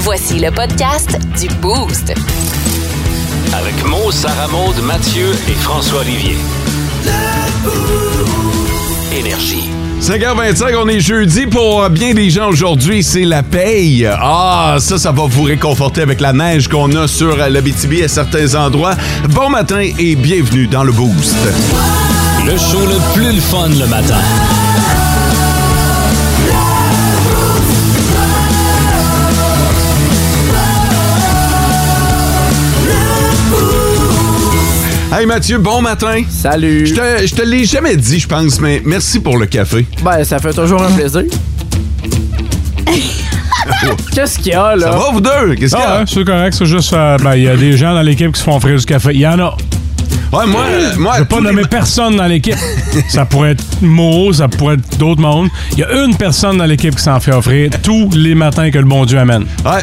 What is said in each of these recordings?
Voici le podcast du Boost. Avec Mo, Sarah Maud, Mathieu et François Olivier. Énergie. 5h25, on est jeudi. Pour bien des gens aujourd'hui, c'est la paye. Ah, ça, ça va vous réconforter avec la neige qu'on a sur la BTB à certains endroits. Bon matin et bienvenue dans le Boost. Le show le plus le fun le matin. Hey Mathieu, bon matin. Salut. Je te, je te l'ai jamais dit, je pense, mais merci pour le café. Ben, ça fait toujours un plaisir. Qu'est-ce qu'il y a, Ah, là? Ça va, vous deux? Qu'est-ce qu'il y a? Ah, c'est correct, c'est juste. euh, ben, Il y a des gens dans l'équipe qui se font offrir du café. Il y en a. Ouais, moi, moi, Je vais pas tous les nommer ma- personne dans l'équipe. ça pourrait être Mo, ça pourrait être d'autres mondes. Il y a une personne dans l'équipe qui s'en fait offrir tous les matins que le bon Dieu amène. Ouais.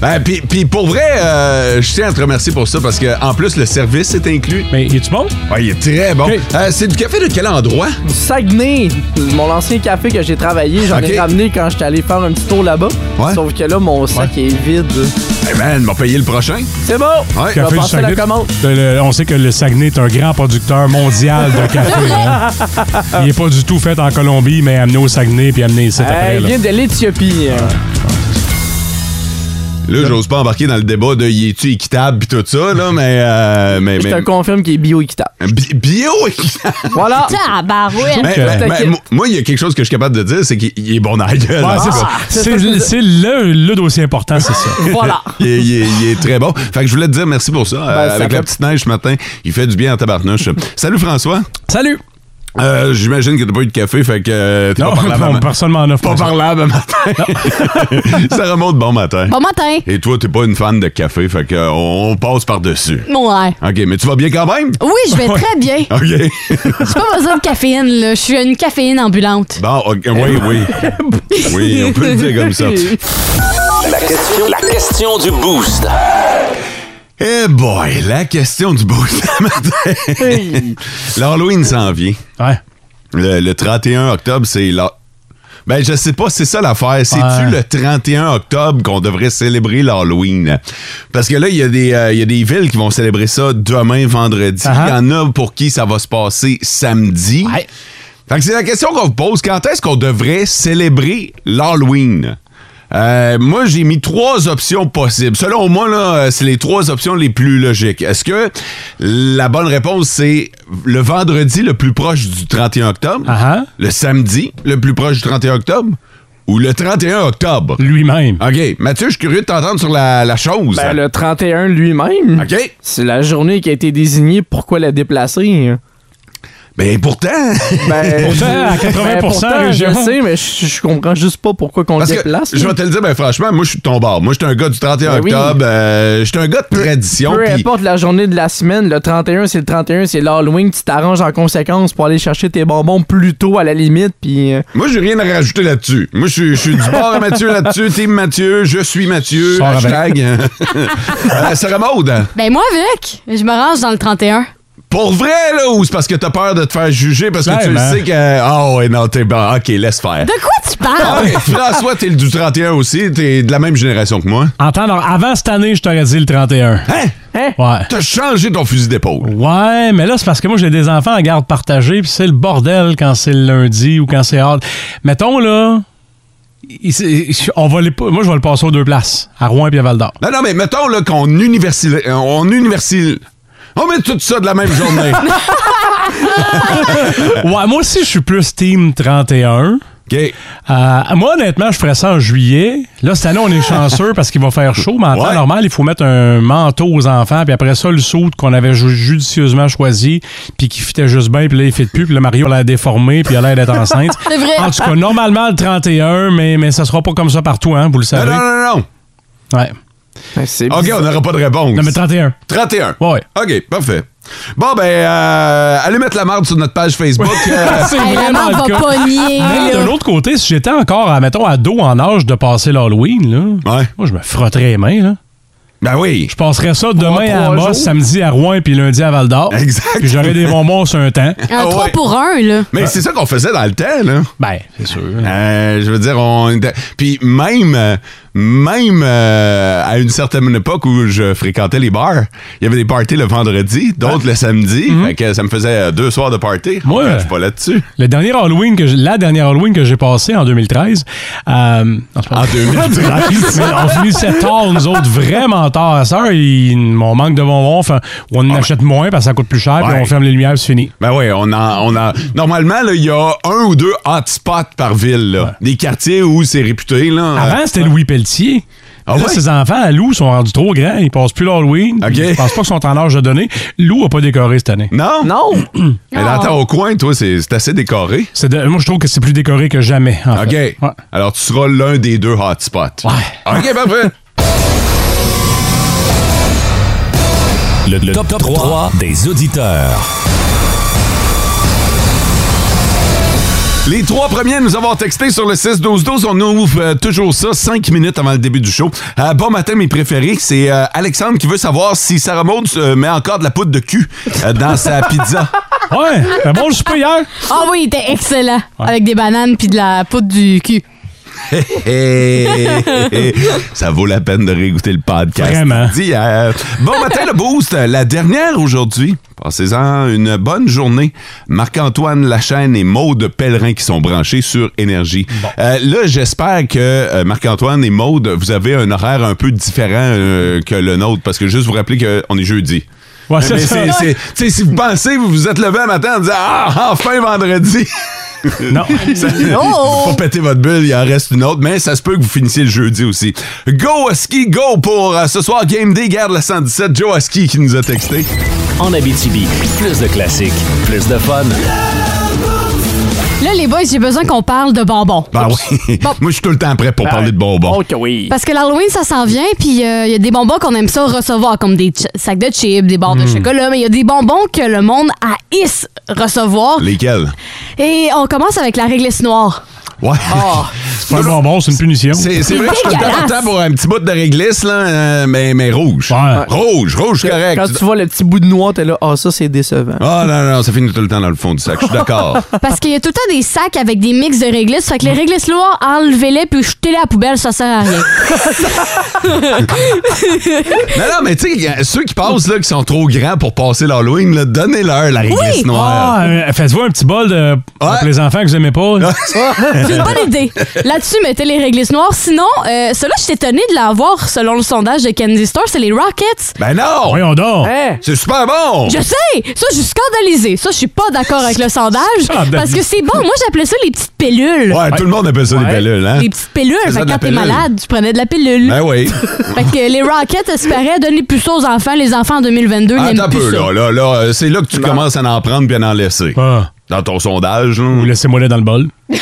Ben, puis, puis pour vrai, euh, je tiens à te remercier pour ça parce que en plus, le service est inclus. Mais es-tu bon? Ouais, il est très bon. Ok. Euh, c'est du café de quel endroit? Du Saguenay, mon ancien café que j'ai travaillé, j'en Ok. ai ramené quand j'étais allé faire un petit tour là-bas. Ouais. Sauf que là, mon sac est vide. Hey man, m'a payé le prochain. C'est bon! Ouais. Je vais du passer la Saguenay. commande. Le- le- on sait que le Saguenay est un grand producteur mondial de café. hein. Il est pas du tout fait en Colombie, mais amené au Saguenay puis amené ici après. Hey, Euh, il là. vient de l'Éthiopie. hein. Euh, Là, j'ose pas embarquer dans le débat de y est-tu équitable pis tout ça, là, mais. euh, mais, Je te mais confirme qu'il est bio-équitable. Bi- bio équitable! Voilà! Tabarouette! Mais- que- mais- T'inquiète. moi- moi, il y a quelque chose que je suis capable de dire, c'est qu'il il est bon dans la gueule. hein. Ouais, en c'est tout ça. cas. ça que je Ah, C'est- veux C'est le, le dossier important, c'est ça. voilà! Ben, Il est, il est- il est très bon. Fait que je voulais te dire merci pour ça. Euh, ça avec la fait- petite neige ce matin, il fait du bien en tabarnouche. Salut François. Salut! Euh, J'imagine que t'as pas eu de café, fait que euh, t'es Non, pas parlable. à non ma- personne m'en offre. Pas parlable à matin. ça remonte bon matin. Bon matin! Et toi, t'es pas une fan de café, fait que euh, on, on passe par-dessus. Ouais. OK, mais tu vas bien quand même? Oui, je vais très bien. OK. J'ai pas besoin de caféine, là. Je suis une caféine ambulante. Bon, ok, oui, oui. Oui, on peut le dire comme ça. La question, la question du boost. Eh boy, la question du beau ce matin. L'Halloween s'en vient. Ouais. Le, le 31 octobre, c'est là. Ben, je sais pas, c'est ça l'affaire. C'est-tu Ouais. le 31 octobre qu'on devrait célébrer l'Halloween? Parce que là, il y, a des, euh, il y a des villes qui vont célébrer ça demain, vendredi. Il Uh-huh. y en a pour qui ça va se passer samedi. Ouais. Fait que c'est la question qu'on vous pose. Quand est-ce qu'on devrait célébrer l'Halloween? Euh, moi, j'ai mis trois options possibles. Selon moi, là, euh, c'est les trois options les plus logiques. Est-ce que la bonne réponse, c'est le vendredi le plus proche du 31 octobre, Ah ah. le samedi le plus proche du 31 octobre ou le 31 octobre? Lui-même. OK. Mathieu, je suis curieux de t'entendre sur la, la chose. Ben, le 31 lui-même, OK. c'est la journée qui a été désignée. Pourquoi la déplacer? hein? Ben pourtant... Ben, Pourtant, je- à 80% ben, pourtant, région. Je sais, mais je, je comprends juste pas pourquoi qu'on le Parce que déplace. je là. vais te le dire, ben franchement, moi je suis de ton bord. Moi je suis un gars du 31 Ben oui. octobre. euh, je suis un gars de tradition. Peu puis- importe la journée de la semaine, le 31, c'est le 31, c'est l'Halloween. Tu t'arranges en conséquence pour aller chercher tes bonbons plus tôt à la limite. Puis, euh, Moi, j'ai rien à rajouter là-dessus. Moi, je suis- je suis du bord à Mathieu là-dessus. Team Mathieu, je suis Mathieu. Sors avec. hashtag. euh, Sarah Maud, Ben, moi, avec, je me range dans le 31. pour vrai, là, ou c'est parce que t'as peur de te faire juger parce que tu le Clairement. sais que. Ah ouais, non, t'es bon. OK, laisse faire. De quoi tu parles? Ah Ouais, François, t'es le du 31 aussi. T'es de la même génération que moi. En temps normal- avant cette année, je t'aurais dit le 31. Hein? Ouais. T'as changé ton fusil d'épaule. Ouais, mais là, c'est parce que moi, j'ai des enfants en garde partagée, puis c'est le bordel quand c'est le lundi ou quand c'est hard. Mettons, là, il- c'est- on va les, pas- moi, je vais le passer aux deux places, à Rouen et à Val-d'Or. Non, non, mais mettons là, qu'on universal... euh, On universal... On met tout ça de la même journée. Ouais, moi aussi, je suis plus team 31. OK. Euh, moi, honnêtement, je ferais ça en juillet. Là, cette année, on est chanceux parce qu'il va faire chaud, mais en Ouais. temps normal, il faut mettre un manteau aux enfants, puis après ça, le saut qu'on avait ju- judicieusement choisi, puis qui fitait juste bien, puis là, il fit plus, puis le Mario l'a déformé, puis il a l'air d'être enceinte. C'est vrai. En tout cas, normalement, le 31, mais, mais ça sera pas comme ça partout, hein, vous le Non, savez. non, non, non. Ouais. ben, c'est OK, on n'aura pas de réponse. Non, mais 31. 31. Ouais. OK, parfait. Bon, ben, euh, allez mettre la marde sur notre page Facebook. Euh, C'est Hey, la vraiment marde le va cas. pogner. Mais de l'autre côté, si j'étais encore, à, mettons, ado en âge de passer l'Halloween, là, Ouais. moi, je me frotterais les mains, là. Ben oui. Je passerais ça demain à trois Amos, jours. samedi à Rouen, puis lundi à Val d'Or. Exact. Puis j'aurais des bonbons sur un temps. Ah Un ouais. 3 pour 1, là. Mais c'est ça qu'on faisait dans le temps, là. Ben, c'est sûr. Euh, je veux dire, on était- Puis même, euh, même euh, à une certaine époque où je fréquentais les bars, il y avait des parties le vendredi, d'autres le samedi. Fait que ça me faisait euh, deux soirs de party. Mm-hmm. Ouais. Je suis pas là-dessus. Le dernier Halloween que j'ai- la dernière Halloween que j'ai passée en 2013. euh, non, c'est pas En vrai. 2013. Mais on finissait tard, nous autres, vraiment tard. À ça, on manque de bonbons. Enfin, on en achète moins parce que ça coûte plus cher, puis Ah Ouais. on ferme les lumières, puis c'est fini. Ben oui, on a, on a. Normalement, là, il y a un ou deux hotspots par ville, là. Des quartiers où c'est réputé, là. Avant, c'était Louis Pelletier. Ah là, ouais? ses enfants à Lou sont rendus trop grands. Ils passent plus l'Halloween. Ok. Je pense pas qu'ils sont en âge de donner. Lou a pas décoré cette année. Non? Non! Mais dans Ah. ta- au coin, toi, c'est c'est assez décoré. C'est de- moi, je trouve que c'est plus décoré que jamais. en OK. fait. Ouais. Alors, tu seras l'un des deux hotspots. Ouais. OK, parfait. Le, top, 3, des auditeurs. Les trois premiers à nous avoir texté sur le 6-12-12, on ouvre euh, toujours ça cinq minutes avant le début du show. Euh, bon matin, mes préférés, c'est euh, Alexandre qui veut savoir si Sarah Maud euh, met encore de la poudre de cul euh, dans sa pizza. Ouais. ben Un bon souper hier. Ah oui, il était excellent. Avec des bananes puis de la poudre du cul. Hé, hé, hé. ça vaut la peine de réécouter le podcast Vraiment. d'hier. Bon matin, le boost. La dernière aujourd'hui. Passez-en une bonne journée. Marc-Antoine Lachaine et Maude Pellerin qui sont branchés sur Énergie. Euh, là, j'espère que euh, Marc-Antoine et Maude, vous avez un horaire un peu différent euh, que le nôtre. Parce que juste vous rappeler qu'on est jeudi. Ouais, Mais c'est ça. c'est- c'est- tu sais, si vous pensez, vous vous êtes levé un matin en disant Ah, enfin vendredi! Non. Ça- Faut péter votre bulle, il en reste une autre, mais ça se peut que vous finissiez le jeudi aussi. Go à ski, go pour euh, ce soir Game Day, garde la 117, Joe Aski qui nous a texté. En Abitibi, plus de classiques, plus de fun. Là, les boys, j'ai besoin qu'on parle de bonbons. Ben oui, Bon. moi je suis tout le temps prêt pour parler de bonbons. Ok, oui. Parce que l'Halloween, ça s'en vient, puis euh, il y a des bonbons qu'on aime ça recevoir, comme des ch- sacs de chips, des barres de chocolat, mais il y a des bonbons que le monde haïsse recevoir. Lesquels? Et on commence avec la réglisse noire. Ouais. Ah. C'est pas un bonbon, c'est une punition. C'est c'est vrai que je suis tout le temps Dégueulasse. content pour un petit bout de réglisse, là, euh, mais, mais rouge. Ouais. Rouge, rouge, correct. Quand tu vois le petit bout de noix, t'es là, ah, ça, c'est décevant. Ah non, non, ça finit tout le temps dans le fond du sac, je suis d'accord. Parce qu'il y a tout le temps des sacs avec des mix de réglisse. Fait que les réglisses noires, enlevez-les puis jetez-les à la poubelle, ça sert à rien. non, non, mais tu sais, ceux qui passent, là, qui sont trop grands pour passer l'Halloween, là, donnez-leur la réglisse noire. Ah, euh, faites-vous un petit bol de, Ouais. pour les enfants que vous aimez pas. C'est une bonne idée. Là-dessus, mettez les réglisses noires. Sinon, euh, ceux-là, je suis étonnée de l'avoir, selon le sondage de Candy Store, c'est les Rockets. Ben non! Voyons donc. Hein? C'est super bon! Je sais! Ça, je suis scandalisée. Ça, je suis pas d'accord avec le sondage. Scandalisée. Parce que c'est bon. Moi, j'appelais ça les petites pilules. Ah, ben, Ouais, Ah, tout le monde appelle ça des Ouais. pellules, hein? Les petites pilules. C'est ça, Fait de que la quand t'es pilule. malade, tu prenais de la pilule. Ben oui. Fait que les Rockets, ça se paraît, donne les plus ça aux enfants. Les enfants en 2022 n'aiment Ah, Attends un plus peu, ça. là, là, là, euh, c'est là que tu commences à en prendre puis à en laisser. Ah, Dans ton sondage, là. vous laissez-moi là dans le bol. Puis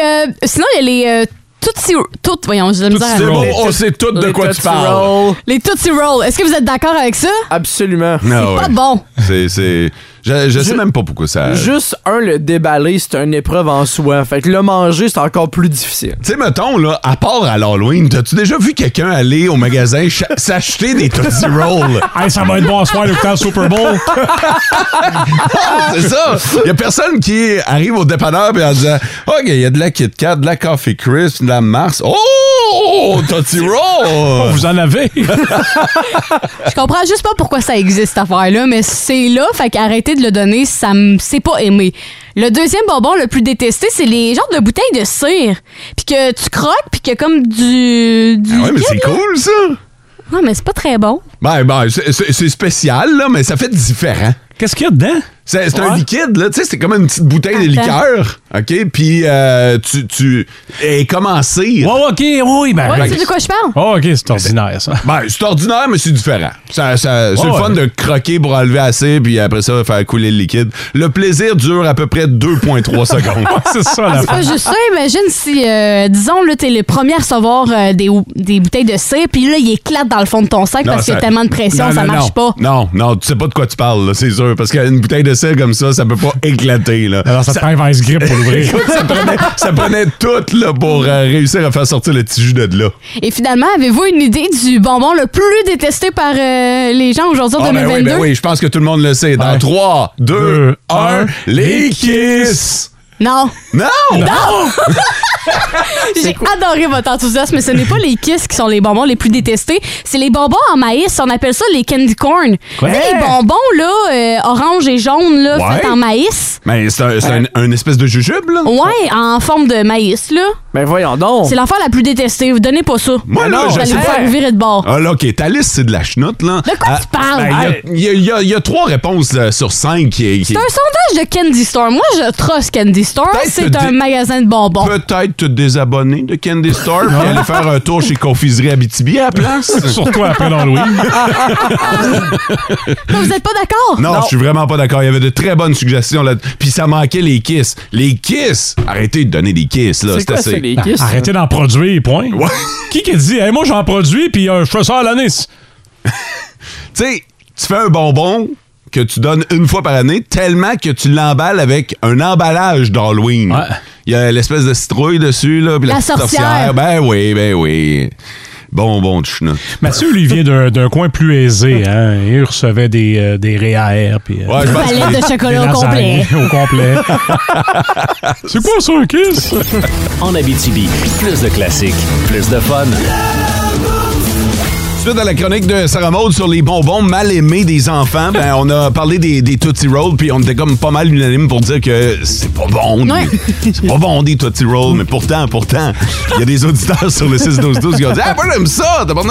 euh, sinon, il y a les euh, Tootsie... Toutes, voyons, j'ai de la misère à oh, C'est Roll. bon, Les on sait tout de Les quoi tu Tootsie parles. Roll. Les Tootsie Rolls. Est-ce que vous êtes d'accord avec ça? Absolument. Non, Pas Ah ouais. Euh. bon. C'est, c'est... Je, je sais Ju- même pas pourquoi ça... Tu Juste un, le déballer, c'est une épreuve en soi. Fait que le manger, c'est encore plus difficile. sais, mettons, là, à part à l'Halloween, t'as-tu déjà vu quelqu'un aller au magasin ch- s'acheter des Tootsie Roll? Hey, ça va être bon à soir, le temps Super Bowl. Ah, c'est ça! Y a personne qui arrive au dépanneur pis en disant « OK, y a de la Kit Kat, de la Coffee Crisp, de la Mars. Oh! Tootsie Roll! » Vous en avez. Je comprends juste pas pourquoi ça existe, cette affaire-là, mais c'est là, fait qu'arrêter de le donner, ça me c'est pas aimé. Le deuxième bonbon le plus détesté, c'est les genres de bouteilles de cire. Puis que tu croques, puis que comme du... du Ah ouais, mais liquide, c'est là. cool, ça! Ouais, mais c'est pas très bon. Ben, ben, c'est- c'est c'est spécial, là, mais ça fait différent. Qu'est-ce qu'il y a dedans? C'est c'est un Ouais. liquide, là, tu sais, c'est comme une petite bouteille de Attends. liqueur, OK? Puis euh, tu... tu et comment cire? Ouais, ouais, OK, oui, oui, ben... Ouais, ben, tu sais de quoi je parle? Ah, OK, c'est ordinaire, ça. Ben, c'est ordinaire, mais c'est différent. Ça, ça- c'est Ouais, le fun ouais. de croquer pour enlever assez, puis après ça, faire couler le liquide. Le plaisir dure à peu près 2,3 secondes. C'est ça, la Ah, C'est pas juste ça, imagine si, euh, disons, là, t'es le premier à recevoir euh, des, des bouteilles de cire, puis là, il éclate dans le fond de ton sac Non, parce qu'il y a ça- tellement de pression, Non, ça non, marche non. pas. Non, non, tu sais pas de quoi tu parles, là, c'est sûr. Parce qu'une bouteille de vaisselle comme ça, ça peut pas éclater. Là. Alors, ça, te prend un vice grip pour l'ouvrir. Écoute, ça prenait, ça prenait tout là, pour euh, réussir à faire sortir le petit jus de là. Et finalement, avez-vous une idée du bonbon le plus détesté par euh, les gens aujourd'hui en Ah, ben 2022? oui, ben oui, je pense que tout le monde le sait. Dans Ouais. 3, 2, Deux, 1, un, les les kisses! Non! Non! J'ai adoré votre enthousiasme, mais ce n'est pas les kisses qui sont les bonbons les plus détestés, c'est les bonbons en maïs. On appelle ça les candy corn. Quoi? Tu sais, les bonbons, là, euh, orange et jaune, là, Ouais. faits en maïs. Mais c'est un, c'est un- un espèce de jujube, là. Ouais, en forme de maïs, là. Ben voyons Oh. donc. C'est l'enfant la plus détestée. Vous donnez pas ça. Moi, là, Vous je allez sais. vous Ben faire virer de bord. Ah, là, OK, ta liste, c'est de la chenoute, là. De quoi tu parles? ben, Il y, a- il y a- il y a trois réponses euh, sur cinq qui. qui C'est un sondage de Candy Store. Moi, je trosse Candy Store. Peut-être C'est te un dé- magasin de bonbons. Peut-être te désabonner de Candy Store puis aller faire un tour chez Confiserie Abitibi à la place. Ah. Surtout après l'Halloween. Là, vous n'êtes pas d'accord? Non, je suis vraiment pas d'accord. Il y avait de très bonnes suggestions là. Puis ça manquait les kisses. Les kisses! Arrêtez de donner des kisses, là. C'est quoi assez. ça, les kisses? Ah, Arrêtez d'en produire, point. Ouais. Qui qui a dit, hey, moi j'en produis, puis euh, je fais ça à l'année? Tu sais, tu fais un bonbon que tu donnes une fois par année tellement que tu l'emballes avec un emballage d'Halloween. Ouais. Il y a l'espèce de citrouille dessus, là. puis La petite sorcière. Ben oui, ben oui. Bonbon de chenoute. Mathieu, lui, vient d'un d'un coin plus aisé. Hein? Il recevait des, euh, des REER, puis... euh, Ouais, je pense que- Palette de des chocolat au complet. lasagnes au complet. C'est quoi ça, un Eh, kiss? En Abitibi, plus de classiques, plus de fun. Suite à la chronique de Sarah Maud sur les bonbons mal aimés des enfants, ben, on a parlé des, des Tootsie Rolls, puis on était comme pas mal unanime pour dire que c'est pas bon. Ouais. des- C'est pas bon des Tootsie Rolls, mais pourtant, pourtant, il y a des auditeurs sur le 6-12-12 qui ont dit Ah, moi j'aime ça, t'as pas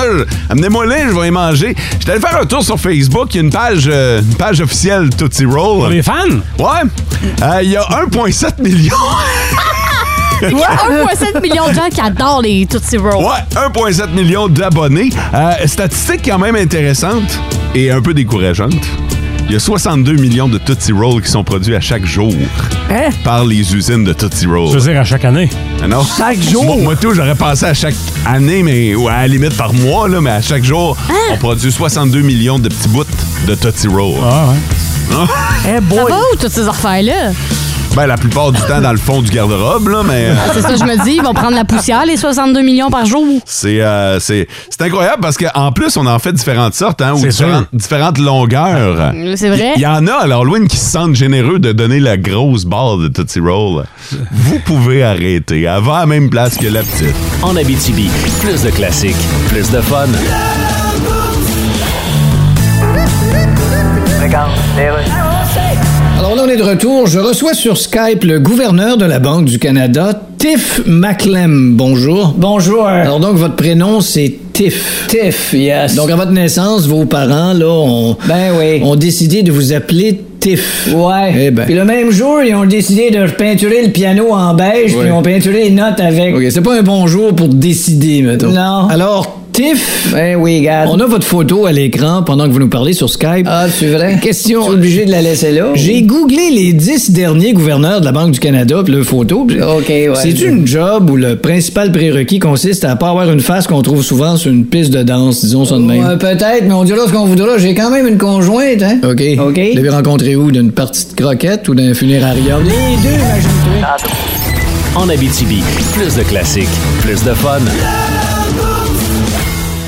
amenez-moi là, je vais y manger. J'étais allé faire un tour sur Facebook, il y a une page, euh, une page officielle Tootsie Roll. Les fans? Ouais, Euh, il y a 1,7 million. 1,7 million de gens qui adorent les Tootsie Rolls. Ouais, 1,7 million d'abonnés. Euh, statistique quand même intéressante et un peu décourageante. Il y a 62 millions de Tootsie Rolls qui sont produits à chaque jour Hein? par les usines de Tootsie Je Roll. veux dire, à chaque année. Ah non? Chaque jour? Moi, moi, tout, j'aurais pensé à chaque année, mais ou à la limite par mois, là, mais à chaque jour, Hein? on produit 62 millions de petits bouts de Tootsie Roll. Ah, ouais. Eh Ça boy! va ou toutes ces affaires-là? Ben, la plupart du temps dans le fond du garde-robe, là, mais... euh, Ah, C'est ça, je me dis, ils vont prendre la poussière, les 62 millions par jour. C'est euh, c'est- c'est incroyable parce qu'en plus, on en fait différentes sortes, hein, ou C'est différentes, différentes longueurs. Ah, C'est vrai. Il y, en a à l'Halloween qui se sentent généreux de donner la grosse barre de Tootsie Roll. Vous pouvez arrêter avant la même place que la petite. En Abitibi, plus de classiques, plus de fun. Alors là, on est de retour. Je reçois sur Skype le gouverneur de la Banque du Canada, Tiff McLem. Bonjour. Bonjour. Alors donc, votre prénom, c'est Tiff. Tiff, yes. Donc, à votre naissance, vos parents, là, ont, ben oui. ont décidé de vous appeler Tiff. Ouais. Eh ben. Puis le même jour, ils ont décidé de peinturer le piano en beige, puis ils ont peinturé les notes avec. OK, c'est pas un bon jour pour décider, mettons. Non. Alors, Tiff. Ben oui, gars. On a votre photo à l'écran pendant que vous nous parlez sur Skype. Ah, c'est vrai. Question. obligé de la laisser là. J'ai googlé les 10 derniers gouverneurs de la Banque du Canada, puis le photo. OK, ouais. C'est une job où le principal prérequis consiste à pas avoir une face qu'on trouve souvent sur une piste de danse, disons ça de même. peut-être, mais on dira ce qu'on voudra. J'ai quand même une conjointe, hein. OK. OK. Vous l'avez rencontré où? D'une partie de croquette ou d'un funérarium? Les deux, imagine-toi. En Abitibi, plus de classiques, plus de fun.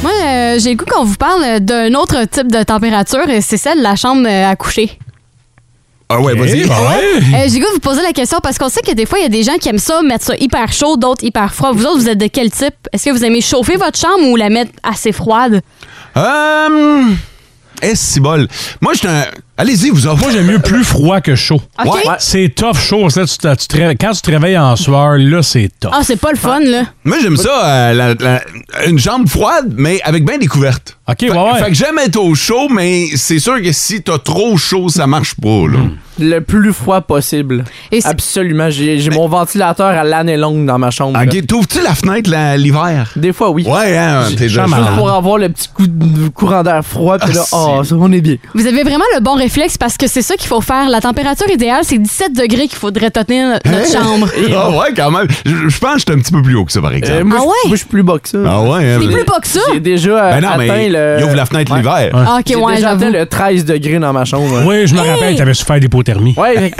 Moi, euh, j'ai le goût qu'on vous parle d'un autre type de température, et c'est celle de la chambre euh, à coucher. Ah ouais, Eh, vas-y. ben ouais. Euh, j'ai le goût de vous poser la question parce qu'on sait que des fois, il y a des gens qui aiment ça, mettre ça hyper chaud, d'autres hyper froid. Vous autres, vous êtes de quel type? Est-ce que vous aimez chauffer votre chambre ou la mettre assez froide? Hum, est si bol. Moi, je suis un. Allez-y, vous en Moi, j'aime mieux plus froid que chaud. OK. Ouais. C'est tough chaud. Là, tu te- tu te ré- quand tu te réveilles en soir, là, c'est tough. Ah, c'est pas le fun, là. Moi, j'aime ça, euh, la- la- une jambe froide, mais avec bien des couvertes. OK, Fait, ouais, ouais. fait que j'aime être au chaud, mais c'est sûr que si t'as trop chaud, ça marche pas, là. Hmm. Le plus froid possible. Et c'est- Absolument. J'ai j'ai mon ventilateur à l'année longue dans ma chambre. là. OK, t'ouvres-tu la fenêtre la- l'hiver? Des fois, oui. Ouais, hein, t'es Chambre Juste Ah. pour avoir le petit coup de courant d'air froid, puis Ah, là, si. oh, ça, on est bien. Vous avez vraiment le bon réflexe parce que c'est ça qu'il faut faire. La température idéale, c'est 17 degrés qu'il faudrait tenir notre Hey! chambre. Ah ouais, quand même. Je je pense que j'étais un petit peu plus haut que ça, par Euh, exemple. moi, Ah je- ouais? moi, je suis plus bas que ça. ah ouais, hein, C'est vous- plus pas que ça. J'ai déjà euh, Ben non, atteint mais le... il ouvre la fenêtre Ouais. l'hiver. Ouais. Ah, J'ai ok, ouais, déjà atteint j'avoue. le 13 degrés dans ma chambre. Oui, je me rappelle que t'avais souffert d'hypothermie. Ouais, fait-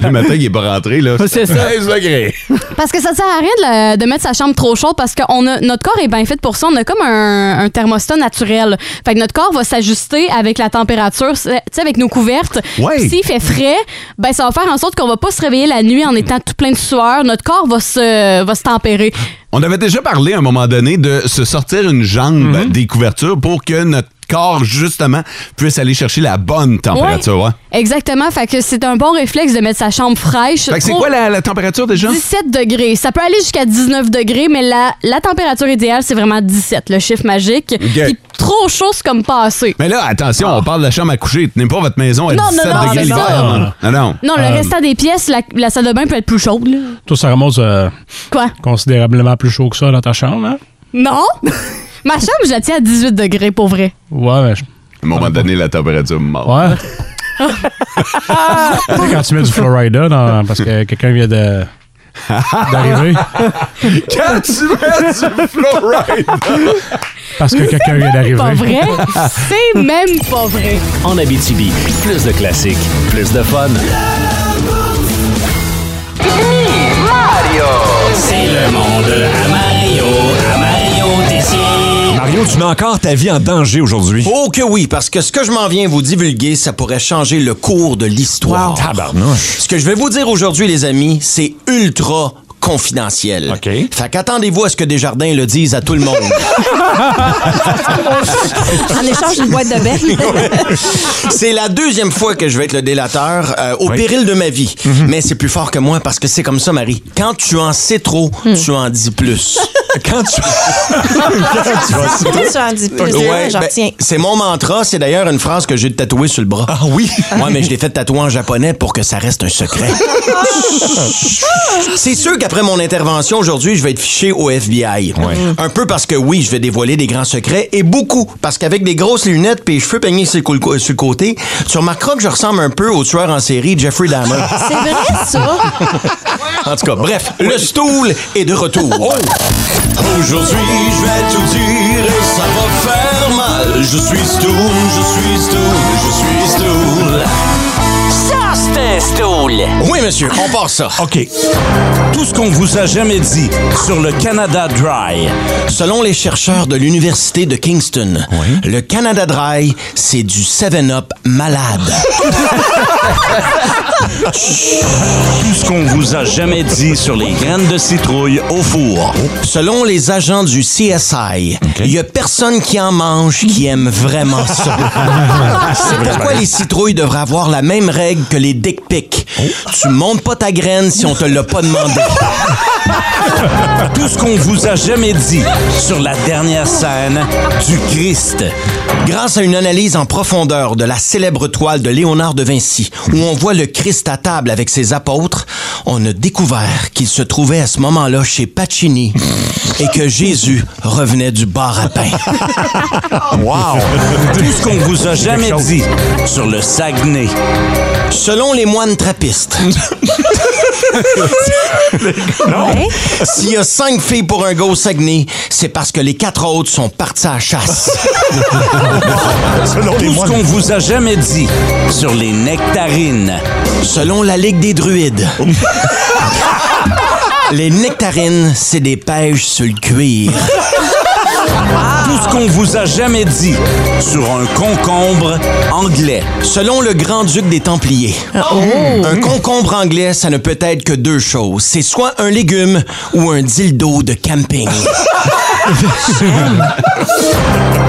Le matin, il est pas rentré, là. C'est ça. 16 degrés. Parce que ça sert à rien de, la- de mettre sa chambre trop chaude parce que on a, notre corps est bien fait pour ça. On a comme un, un thermostat naturel. Fait que notre corps va s'ajuster avec la température, c'est- tu sais, avec nos couvertes. Ouais. Puis S'il fait frais, ben ça va faire en sorte qu'on va pas se réveiller la nuit en étant tout plein de sueur. Notre corps va se, va se tempérer. On avait déjà parlé à un moment donné de se sortir une jambe Mhm. des couvertures pour que notre corps, justement, puisse aller chercher la bonne température. hein. Ouais. Exactement. Fait que c'est un bon réflexe de mettre sa chambre fraîche. Fait que c'est Trop- quoi la, la température déjà? 17 degrés. Ça peut aller jusqu'à 19 degrés, mais la, la température idéale, c'est vraiment 17, le chiffre magique. Puis trop chaud, c'est comme passé. Mais là, attention, on parle de la chambre à coucher. Tenez pas votre maison à Non, non, 17 non, degrés c'est l'hiver. ça. là. Non, non. Non, le restant des pièces, la, la salle de bain peut être plus chaude. là. Toi, ça remonte euh, Quoi? considérablement plus chaud que ça dans ta chambre, hein? Non? Ma chambre, je la tiens à 18 degrés, pour vrai. Ouais, mais je- À un moment donné, la température mort. Ouais. Tu Ah! sais, quand tu mets du Florida dans- parce que quelqu'un vient de. d'arriver. Quand tu mets du fluoride! Parce que quelqu'un vient d'arriver. Pas vrai? C'est même pas vrai. En Abitibi, plus de classiques, plus de fun. C'est le monde à Mario, à Mario Tessier. Mario, tu mets encore ta vie en danger aujourd'hui. Oh que oui, parce que ce que je m'en viens vous divulguer, ça pourrait changer le cours de l'histoire. Tabarnouche. Ce que je vais vous dire aujourd'hui, les amis, c'est ultra confidentiel. OK. Fait qu'attendez-vous à ce que Desjardins le dise à tout le monde. En échange d'une boîte de bec. c'est la deuxième fois que je vais être le délateur euh, au péril de ma vie. Mhm. Mais c'est plus fort que moi parce que c'est comme ça, Marie. Quand tu en sais trop, tu en dis plus. Mhm. Quand tu... Quand Ah, tu vas- Pourquoi tu en dis plus? Ouais, J'en ben, retiens. c'est mon mantra. C'est d'ailleurs une phrase que j'ai tatouée sur le bras. Ah oui? Moi, mais je l'ai fait tatouer en japonais pour que ça reste un secret. c'est sûr qu'après mon intervention aujourd'hui, je vais être fiché au FBI. Mm-hmm. Un peu parce que oui, je vais dévoiler des grands secrets et beaucoup parce qu'avec des grosses lunettes puis les cheveux peignés sur le, cou- sur le côté, tu remarqueras que je ressemble un peu au tueur en série Jeffrey Dahmer. C'est vrai, ça? En tout cas, bref, le stool est de retour. Oh! Aujourd'hui, je vais tout dire et ça va faire mal. Je suis stool, je suis stool, je suis stool. Ça, c'est un stool. Oui, monsieur, on part ça. OK. Tout ce qu'on vous a jamais dit sur le Canada Dry. Selon les chercheurs de l'Université de Kingston, le Canada Dry, c'est du 7-up malade. Tout ce qu'on vous a jamais dit sur les graines de citrouille au four. Selon les agents du CSI, il y a personne qui en mange qui aime vraiment ça. C'est pourquoi les citrouilles devraient avoir la même règle que les dick pics. Oh. Tu montes pas ta graine si on te l'a pas demandé. Tout ce qu'on vous a jamais dit sur la dernière scène du Christ. Grâce à une analyse en profondeur de la célèbre toile de Léonard de Vinci, où on voit le Christ à table avec ses apôtres, on a découvert qu'il se trouvait à ce moment-là chez Pacini et que Jésus revenait du bar à pain. Wow! Tout ce qu'on vous a jamais dit sur le Saguenay. Selon les moines trappistes, Ouais. S'il y a cinq filles pour un gars au Saguenay, c'est parce que les quatre autres sont partis à la chasse. Tout ce qu'on vous a jamais dit sur les nectarines. Selon la Ligue des druides. Les nectarines, c'est des pêches sur le cuir. Tout ce qu'on vous a jamais dit sur un concombre anglais. Selon le grand-duc des Templiers, Oh. un concombre anglais, ça ne peut être que deux choses. C'est soit un légume ou un dildo de camping.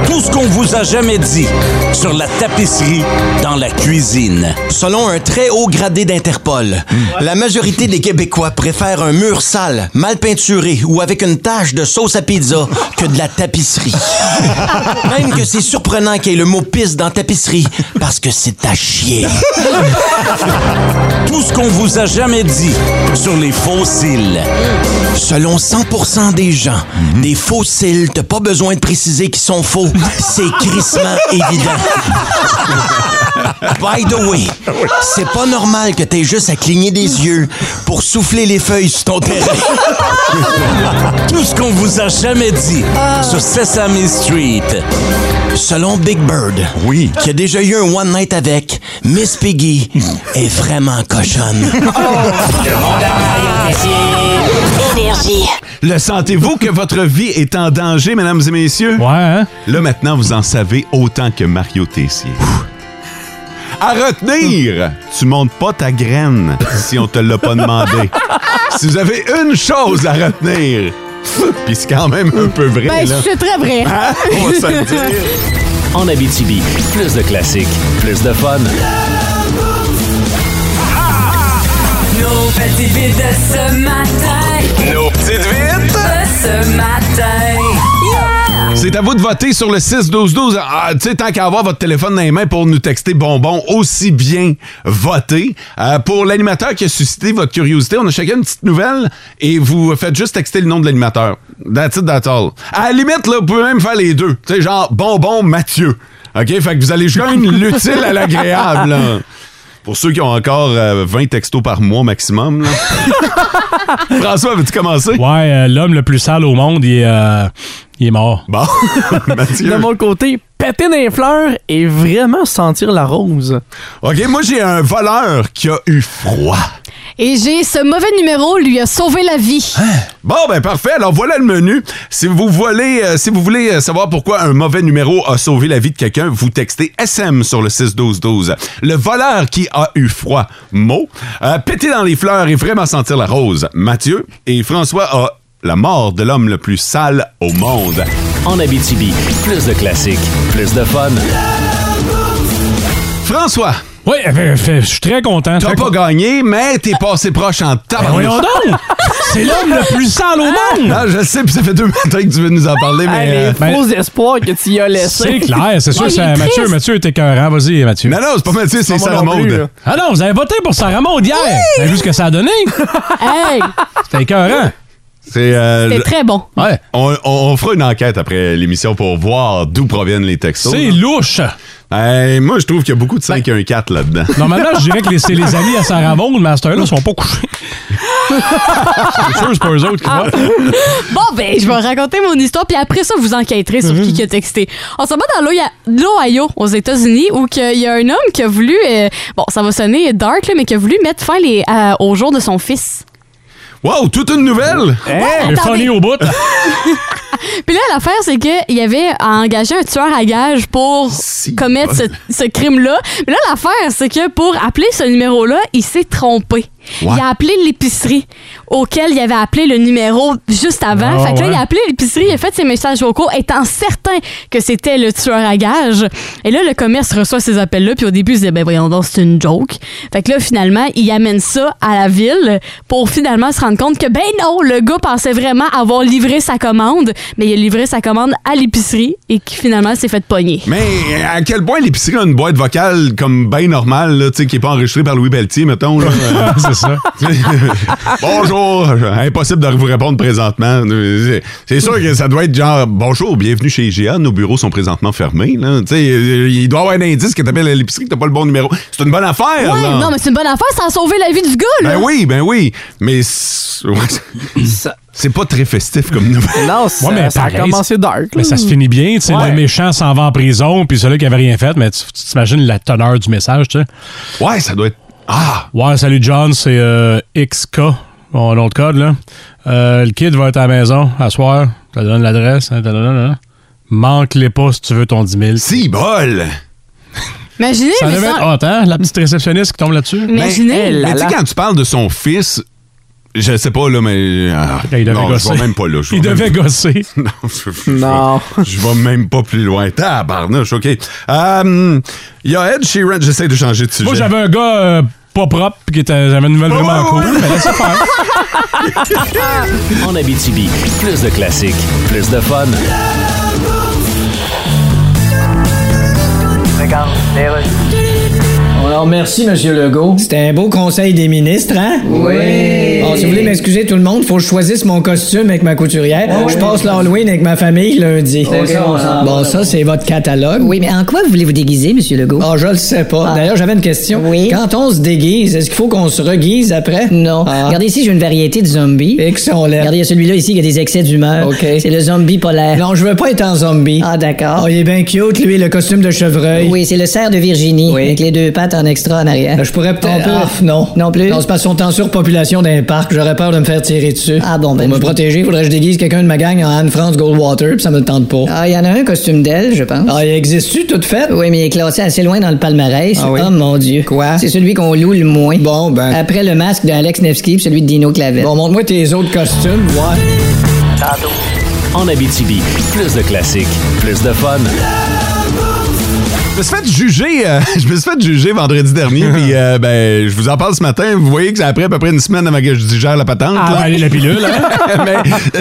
Tout ce qu'on vous a jamais dit sur la tapisserie dans la cuisine. Selon un très haut gradé d'Interpol, la majorité des Québécois préfèrent un mur sale, mal peinturé ou avec une tache de sauce à pizza que de la tapisserie. Même que c'est surprenant qu'il y ait le mot pisse dans tapisserie parce que c'est à chier. Tout ce qu'on vous a jamais dit sur les fossiles. Selon 100% des gens, des faux fossiles. T'as pas besoin de préciser qu'ils sont faux. C'est crissement évident. By the way, c'est pas normal que t'aies juste à cligner des yeux pour souffler les feuilles sur ton terrain. Tout ce qu'on vous a jamais dit sur Sesame Street. Selon Big Bird, oui. qui a déjà eu un one night avec, Miss Piggy est vraiment cochonne. Énergie. Le sentez-vous que votre vie est en danger, mesdames et messieurs? Ouais, Là, maintenant, vous en savez autant que Mario Tessier. À retenir, tu montes pas ta graine si on te l'a pas demandé. si vous avez une chose à retenir, puis c'est quand même un peu vrai, Ben, là. c'est très vrai. Hein? On va se le dire. En Abitibi, plus de classiques, plus de fun. Nos petites vites de ce matin. Nos petites vites de ce matin. Yeah! C'est à vous de voter sur le 6-12-12. Ah, tu sais, tant qu'à avoir votre téléphone dans les mains pour nous texter bonbon, aussi bien voter. Euh, pour l'animateur qui a suscité votre curiosité, on a chacun une petite nouvelle et vous faites juste texter le nom de l'animateur. That's it, that's all. À la limite, là, vous pouvez même faire les deux. Tu sais, genre bonbon Mathieu. OK? Fait que vous allez joindre l'utile à l'agréable. là. Pour ceux qui ont encore euh, 20 textos par mois maximum. là. François, veux-tu commencer? Ouais, euh, l'homme le plus sale au monde, il est, euh, il est mort. Bon, De mon côté, péter des fleurs et vraiment sentir la rose. OK, moi, j'ai un voleur qui a eu froid. Et j'ai ce mauvais numéro, lui a sauvé la vie. Bon, ben parfait. Alors voilà le menu. Si vous voulez, euh, si vous voulez euh, savoir pourquoi un mauvais numéro a sauvé la vie de quelqu'un, vous textez SM sur le 6-12-12. Le voleur qui a eu froid, mot. Euh, péter dans les fleurs et vraiment sentir la rose, Mathieu. Et François a la mort de l'homme le plus sale au monde. En Abitibi, plus de classiques, plus de fun. François, Oui, euh, fait- je suis très content. t'as très pas con- gagné, mais t'es passé proche en Ben tabarnouche. voyons donc! C'est l'homme le plus sale au monde! Ah, je le sais, puis ça fait deux matins que tu veux nous en parler, mais... Hey, Ah, les euh, ben- faux espoirs que tu y as C'est laissés. clair, c'est sûr. Ouais, il ça- est Mathieu, triste. Mathieu était écœurant. Vas-y, Mathieu. Non, non, c'est pas Ah, Mathieu, c'est Pas moi Sarah non plus, Maude. là. Ah non, vous avez voté pour Sarah Maud hier! C'est juste que ça a donné! Hey, C'était écœurant! C'est... euh, c'était le- très bon. Ouais. On, on- on fera une enquête après l'émission pour voir d'où proviennent les textos. C'est là. louche! Ben, moi, je trouve qu'il y a beaucoup de 5 et un 4 là-dedans. Normalement, je dirais que les- c'est les amis à Sarah Maud, mais à cette heure-là, ils sont pas couchés. c'est sûr, c'est pas eux autres qui votent. Bon, ben, je vais raconter mon histoire, puis après ça, vous enquêterez sur qui qui a texté. On s'en va dans l'Ohio- l'Ohio, aux États-Unis, où que il y a un homme qui a voulu, euh, bon, ça va sonner dark, là, mais qui a voulu mettre fin les, à- au jour de son fils. Wow, toute une nouvelle! Hein? Le attendez. funny au bout. Puis là, l'affaire, c'est qu'il avait engagé un tueur à gage pour Si. commettre ce, ce crime-là. Mais là, l'affaire, c'est que pour appeler ce numéro-là, il s'est trompé. Ouais. Il a appelé l'épicerie auquel il avait appelé le numéro juste avant. Ah, Hein? fait que là, ouais. il a appelé l'épicerie, il a fait ses messages vocaux, étant certain que c'était le tueur à gage. Et là, le commerce reçoit ces appels-là, puis au début, il se dit, ben voyons donc, c'est une joke. Fait que là, finalement, il amène ça à la ville pour finalement se rendre compte que, ben non, le gars pensait vraiment avoir livré sa commande, mais il a livré sa commande à l'épicerie et qui finalement s'est fait pogner. Mais à quel point l'épicerie a une boîte vocale comme bien normale, là, tu sais, qui n'est pas enregistrée par Louis Pelletier, mettons. là. c'est ça. bonjour! Impossible de vous répondre présentement. C'est sûr que ça doit être genre bonjour, bienvenue chez IGA, nos bureaux sont présentement fermés. Là. Tu sais, Il doit y avoir un indice que t'appelles à l'épicerie que t'as pas le bon numéro. C'est une bonne affaire! Ouais, là. non, mais c'est une bonne affaire, ça a sauvé la vie du gars, là. euh, Ben oui, ben oui. Mais c'est ouais, Ça- c'est pas très festif comme nouvelle. Non, ça, mais ça a pareil, commencé dark. Mais là. ça se finit bien, tu sais, Ouais. le méchant s'en va en prison, puis celui qui avait rien fait, mais tu tu t'imagines la teneur du message, tu sais. Ouais, ça doit être. Ah! Ouais, salut John, c'est euh, XK, mon nom de code, là. Euh, le kid va être à la maison, à soir, je te donne l'adresse, hein, tadadadada. Manque-les pas si tu veux ton 10 000. Si bol! Imaginez, Ça mais devait ça- être hot, hein, la petite réceptionniste qui tombe là-dessus. imaginez. elle, là, mais tu sais, là. quand tu parles de son fils, je sais pas, là, mais. ah, Il devait non, je gosser. vais même pas là. je Il vais même devait gosser. Non, je, je- Non. Je vais même pas plus loin. Tabarnouche, OK. Euh, Il y a Ed Sheeran. J'essaie de changer de sujet. Moi, j'avais un gars euh, pas propre, puis qui était- j'avais une nouvelle Ouais, vraiment Oh, ouais, cool, ouais. mais laissez faire. En Abitibi, plus de classiques, plus de fun. Regarde, les rues. On Alors, merci, Monsieur Legault. C'était un beau conseil des ministres, hein? Oui. Bon, si vous voulez m'excuser, tout le monde, faut que je choisisse mon costume avec ma couturière. je passe l'Halloween avec ma famille lundi. Bon, ça, hein. c'est votre catalogue. Oui, mais en quoi voulez-vous déguiser, Monsieur Legault? Ah, je le sais pas. D'ailleurs, j'avais une question. Oui. Quand on se déguise, est-ce qu'il faut qu'on se reguise après? Non. Ah. Regardez ici, j'ai une variété de zombies. Et que sont là. Regardez, il y a celui-là ici qui a des excès d'humeur. OK. C'est le zombie polaire. Non, je veux pas être en zombie. Ah, d'accord. Oh, il est bien cute, lui, le costume de chevreuil. Oui, c'est le cerf de Virginie. Oui. Avec les deux pattes en extra en arrière. Ben, Euh, Je pourrais peut-être. Euh, ah, non. non plus. Non, c'est parce qu'on est en surpopulation d'un parc. J'aurais peur de me faire tirer dessus. Ah bon, ben, Pour me je- protéger, faudrait que je déguise quelqu'un de ma gang en Anne-France Goldwater, puis ça me le tente pas. Ah, il y en a un costume d'elle, je pense. Ah, il existe-tu, toute faite? Oui, mais il est classé assez loin dans le palmarès. Ah oui? Oh mon Dieu. Quoi? C'est celui qu'on loue le moins. Bon, ben. Après le masque d'Alex Nevsky et celui de Dino Clavel. Bon, montre-moi tes autres costumes, ouais. En Abitibi, plus de classiques, plus de fun. Je me suis fait juger, euh, je me suis fait juger vendredi dernier, puis euh, ben, je vous en parle ce matin. Vous voyez que c'est après à peu près une semaine avant que je digère la patente. Ah, là. ben, allez, la pilule, hein? Mais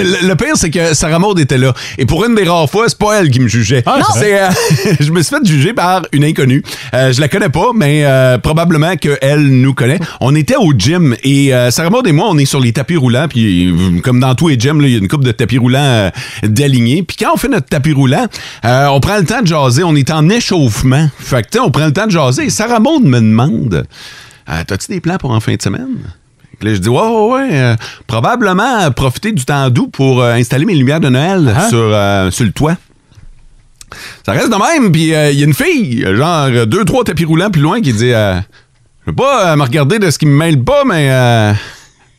le, le pire, c'est que Sarah Maud était là. Et pour une des rares fois, c'est pas elle qui me jugeait. Ah, c'est c'est, euh, je me suis fait juger par une inconnue. Euh, je la connais pas, mais euh, probablement qu'elle nous connaît. On était au gym et euh, Sarah Maud et moi, on est sur les tapis roulants. Puis euh, comme dans tous les gyms, là, il y a une coupe de tapis roulants euh, d'alignés. Puis quand on fait notre tapis roulant, euh, on prend le temps de jaser. On est en échauffement. Fait que, tu sais, on prend le temps de jaser. Et Sarah Maud me demande Ah, T'as-tu des plans pour en fin de semaine fait que là, je dis, ouais, ouais, ouais, euh, probablement euh, profiter du temps doux pour euh, installer mes lumières de Noël sur, euh, sur le toit. Ça reste de même, puis euh, il y a une fille, genre euh, deux, trois tapis roulants plus loin, qui dit, euh, je veux pas euh, me regarder de ce qui me mêle pas, mais euh,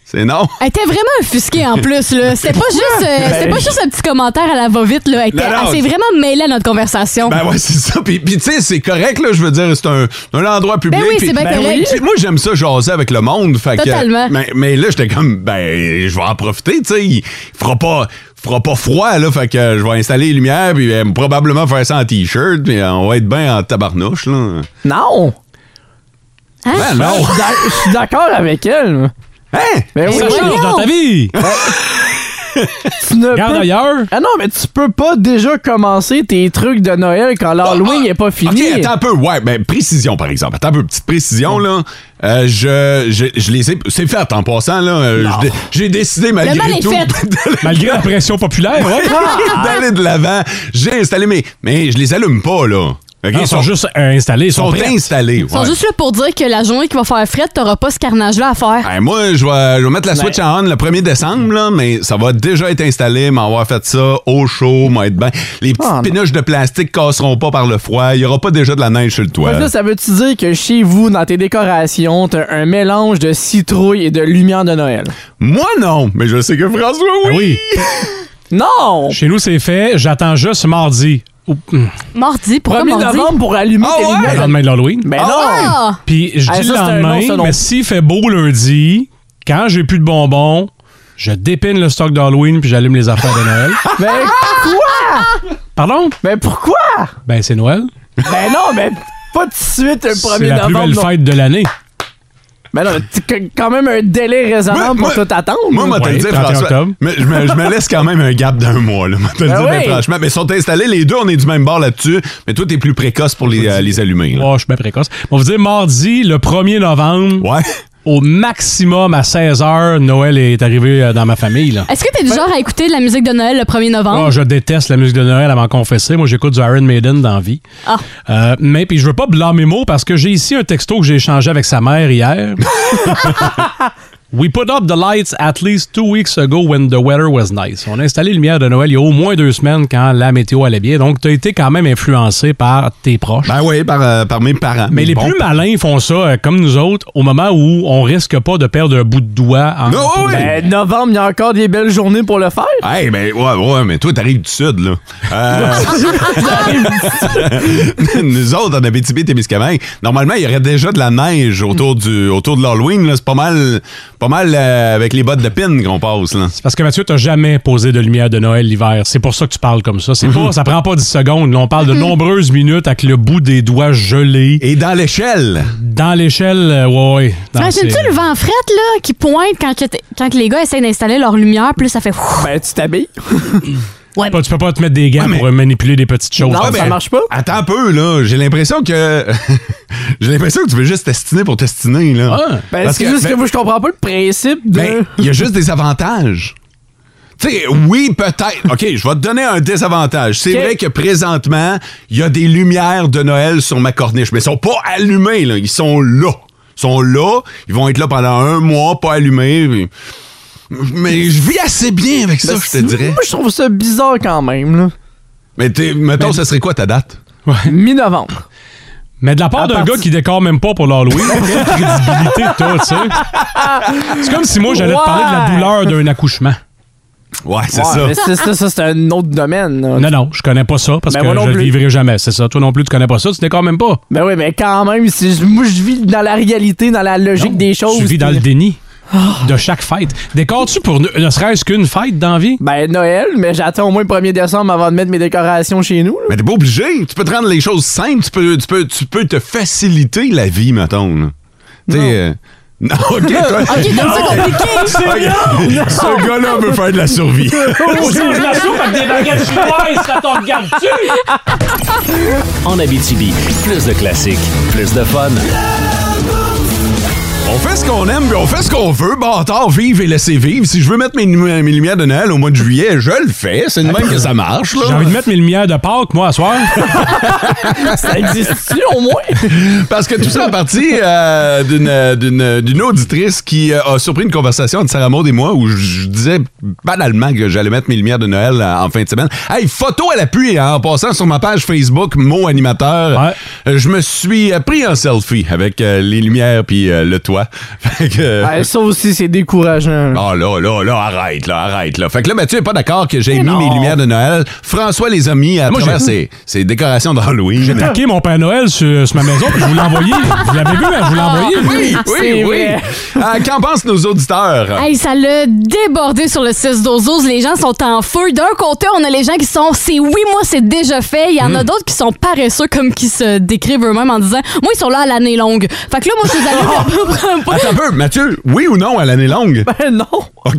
c'est non. Elle était vraiment offusquée en plus. là. C'était pas juste euh, c'était pas juste un petit commentaire à la va-vite. là. Elle était- Ben, Non, non. elle s'est vraiment mêlée à notre conversation. Ben ouais, c'est ça. Puis, puis tu sais, c'est correct, là. Je veux dire, c'est un, un endroit public. Ben oui, puis- c'est bien Ben correct. oui. Puis Moi, j'aime ça jaser avec le monde. Fait que- Totalement. mais, mais là, j'étais comme, ben, je vais en profiter, tu sais. Il fera pas, fera pas froid, là. Fait que euh, je vais installer les lumières, puis euh, probablement faire ça en T-shirt, puis euh, on va être bien en tabarnouche, là. Non! Ben Je non. suis d'ac- je suis d'accord avec elle. moi. Hein? Ben oui, Ça change dans ta vie! tu ne Regarde peux- ailleurs! Ah non, mais tu peux pas déjà commencer tes trucs de Noël quand l'Halloween n'est pas fini. Ah, OK, attends un peu. Ouais, ben, précision, par exemple. Attends un peu, petite précision, là. Euh, je, je, je les ai... C'est fait, en passant, là. Euh, je dé- J'ai décidé, malgré mal est tout... fait. Ah. d'aller- Malgré la pression populaire, ouais. d'aller de l'avant. J'ai installé mes. Mais je les allume pas, là. Ok, Non, ils sont juste euh, installés, ils sont sont, prêts. installés. Ils sont ouais. juste là pour dire que la journée qui va faire fret, t'auras pas ce carnage-là à faire. Ben, moi, je vais, je vais mettre la Switch en on le 1er décembre, là, mais ça va déjà être installé, m'avoir fait ça au chaud, m'en être bien. Les petites Ah, non. pinoches de plastique casseront pas par le froid, il y aura pas déjà de la neige sur le toit. Fait que là, ça veut-tu dire que chez vous, dans tes décorations, t'as un mélange de citrouille et de lumière de Noël? Moi, non, mais je sais que François, oui. Ben oui. Non! Chez nous, c'est fait. J'attends juste mardi. Ou- hum, Mardi, pourquoi 1er mardi? novembre pour allumer Ah tes ouais? Le lumières. lendemain de l'Halloween. Ben non! Ah! Puis je Ah, dis ça, le c'est un lendemain, non, ça, non. mais s'il fait beau lundi, quand j'ai plus de bonbons, je dépine le stock d'Halloween puis j'allume les affaires de Noël. Ben quoi? Pardon? Ben pourquoi? Ben c'est Noël. Ben non, ben pas tout de suite le C'est 1er la plus novembre. belle non. fête de l'année. Ben non, t'as qu- quand même un délai raisonnable Moi- pour moi- tout attendre. Moi, moi, te le Ouais, dire, 31 François, octobre. mais je me, je me laisse quand même un gap d'un mois, là. moi, te le Ben dire, ben, oui. franchement. Mais ils sont installés, les deux, on est du même bord là-dessus, mais toi, t'es plus précoce pour les, euh, les allumer, là. Oh, je suis bien précoce. On va vous dire mardi, le 1er novembre, Ouais. au maximum à 16h, Noël est arrivé euh, dans ma famille. Là. Est-ce que t'es du genre à écouter de la musique de Noël le 1er novembre? Ah, Oh, je déteste la musique de Noël à m'en confesser. Moi, j'écoute du Iron Maiden dans la vie. Ah. Euh, mais puis je veux pas blâmer mot parce que j'ai ici un texto que j'ai échangé avec sa mère hier. We put up the lights at least two weeks ago when the weather was nice. On a installé les lumières de Noël il y a au moins deux semaines quand la météo allait bien. Donc, tu as été quand même influencé par tes proches. Ben oui, par, euh, par mes parents. mais les bon. plus malins font ça, euh, comme nous autres, au moment où on risque pas de perdre un bout de doigt en Non, Ah oui! Ben novembre, il y a encore des belles journées pour le faire. Hey, ben, ouais, ouais, mais toi, t'arrives du sud, là. Ben, Euh, nous autres, en Abitibi, Témiscamingue, normalement, il y aurait déjà de la neige autour, du, autour de l'Halloween, là. C'est pas mal, pas mal euh, avec les bottes de pin qu'on passe, là. Parce que Mathieu, t'as jamais posé de lumière de Noël l'hiver. C'est pour ça que tu parles comme ça. C'est pas, ça prend pas 10 secondes. On parle de nombreuses minutes avec le bout des doigts gelé. Et dans l'échelle, Dans l'échelle, euh, ouais, ouais. Non, c'est- T'imagines-tu le vent fret là, qui pointe quand, que t- quand que les gars essayent d'installer leur lumière, puis là, ça fait. Ben tu t'habilles. Tu peux- Tu peux pas te mettre des gants pour euh, manipuler des petites choses. Ouais, mais Attends un peu, là. J'ai l'impression que. J'ai l'impression que tu veux juste testiner pour testiner, là. Ben, Parce c'est juste que ben, moi, je comprends pas le principe de. ben, il y a juste des avantages. Tu sais, oui, peut-être. OK, je vais te donner un désavantage. C'est vrai que présentement, il y a des lumières de Noël sur ma corniche, mais ils sont pas allumées, là. Ils sont là. Ils sont là. Ils vont être là pendant un mois, pas allumés. puis- Mais je vis assez bien avec ça, Ben, je te dirais. Moi, je trouve ça bizarre quand même, là. Mais t'es- mettons, ça serait quoi ta date? Mi-novembre. Mais de la part À d'un partir- gars qui décore même pas pour l'Halloween, quelle crédibilité toi, tu sais? C'est comme si moi j'allais te parler de la douleur d'un accouchement. Ouais, c'est Ouais, ça. mais c'est ça, ça, c'est un autre domaine. là. Non, non, je connais pas ça parce Ben, que moi non je le plus. vivrai jamais, c'est ça. Toi non plus, tu connais pas ça, tu décores même pas. Ben oui, mais quand même, c'est- moi, je vis dans la réalité, dans la logique des choses. Tu vis dans puis- le déni de chaque fête. Décores-tu pour ne, ne serait-ce qu'une fête d'envie? Ben, Noël, mais j'attends au moins le 1er décembre avant de mettre mes décorations chez nous. là. Mais t'es pas obligé. Tu peux te rendre les choses simples. Tu peux, tu peux, tu peux te faciliter la vie, mettons. là. Tu sais. euh, Non, ok, toi. Ah, Ok, t'aimes ça Non. compliqué. C'est Ok. bien. Ce gars-là veut faire de la survie. On change la soupe avec des baguettes chinoises, ça t'en regarde-tu? En Abitibi, plus de classiques, plus de fun. On fait ce qu'on aime, puis on fait ce qu'on veut. Bâtard, vive et laissez vivre. Si je veux mettre mes, nu- mes lumières de Noël au mois de juillet, je le fais. C'est de même que ça marche. J'ai là. envie de mettre mes lumières de Pâques, moi, à soir. ça existe-tu, au moins? Parce que tout ça en partie euh, d'une- d'une d'une auditrice qui euh, a surpris une conversation entre Sarah Maud et moi où je, je disais banalement que j'allais mettre mes lumières de Noël euh, en fin de semaine. Hey, photo à l'appui, hein, en passant sur ma page Facebook, mot animateur, euh, je me suis euh, pris un selfie avec euh, les lumières puis euh, le toit. Fait que, euh, Ouais, Ben, ça aussi, c'est décourageant. Ah, là. ah là, là, là, arrête, là, arrête, là. Fait que là, Mathieu est pas d'accord que j'ai mis mes lumières de Noël. François les a mis à Moi, travers j'ai- ses, ses décorations d'Halloween. J'ai taqué mon Père Noël sur, sur ma maison, puis je vous l'ai envoyé. Vous l'avez vu, hein? je vous l'ai Ah, envoyé. Ah! Oui, oui, oui. Euh, Qu'en pensent nos auditeurs? Hey, ça l'a débordé sur le 6-12-12. Les gens sont en feu. D'un côté, on a les gens qui sont c'est oui, moi, c'est déjà fait. Il y en a d'autres qui sont paresseux, comme qui se décrivent eux-mêmes en disant moi, ils sont là à l'année longue. Fait que là, moi, je les allume. Attends un peu, Mathieu, oui ou non à l'année longue? Ben non. OK.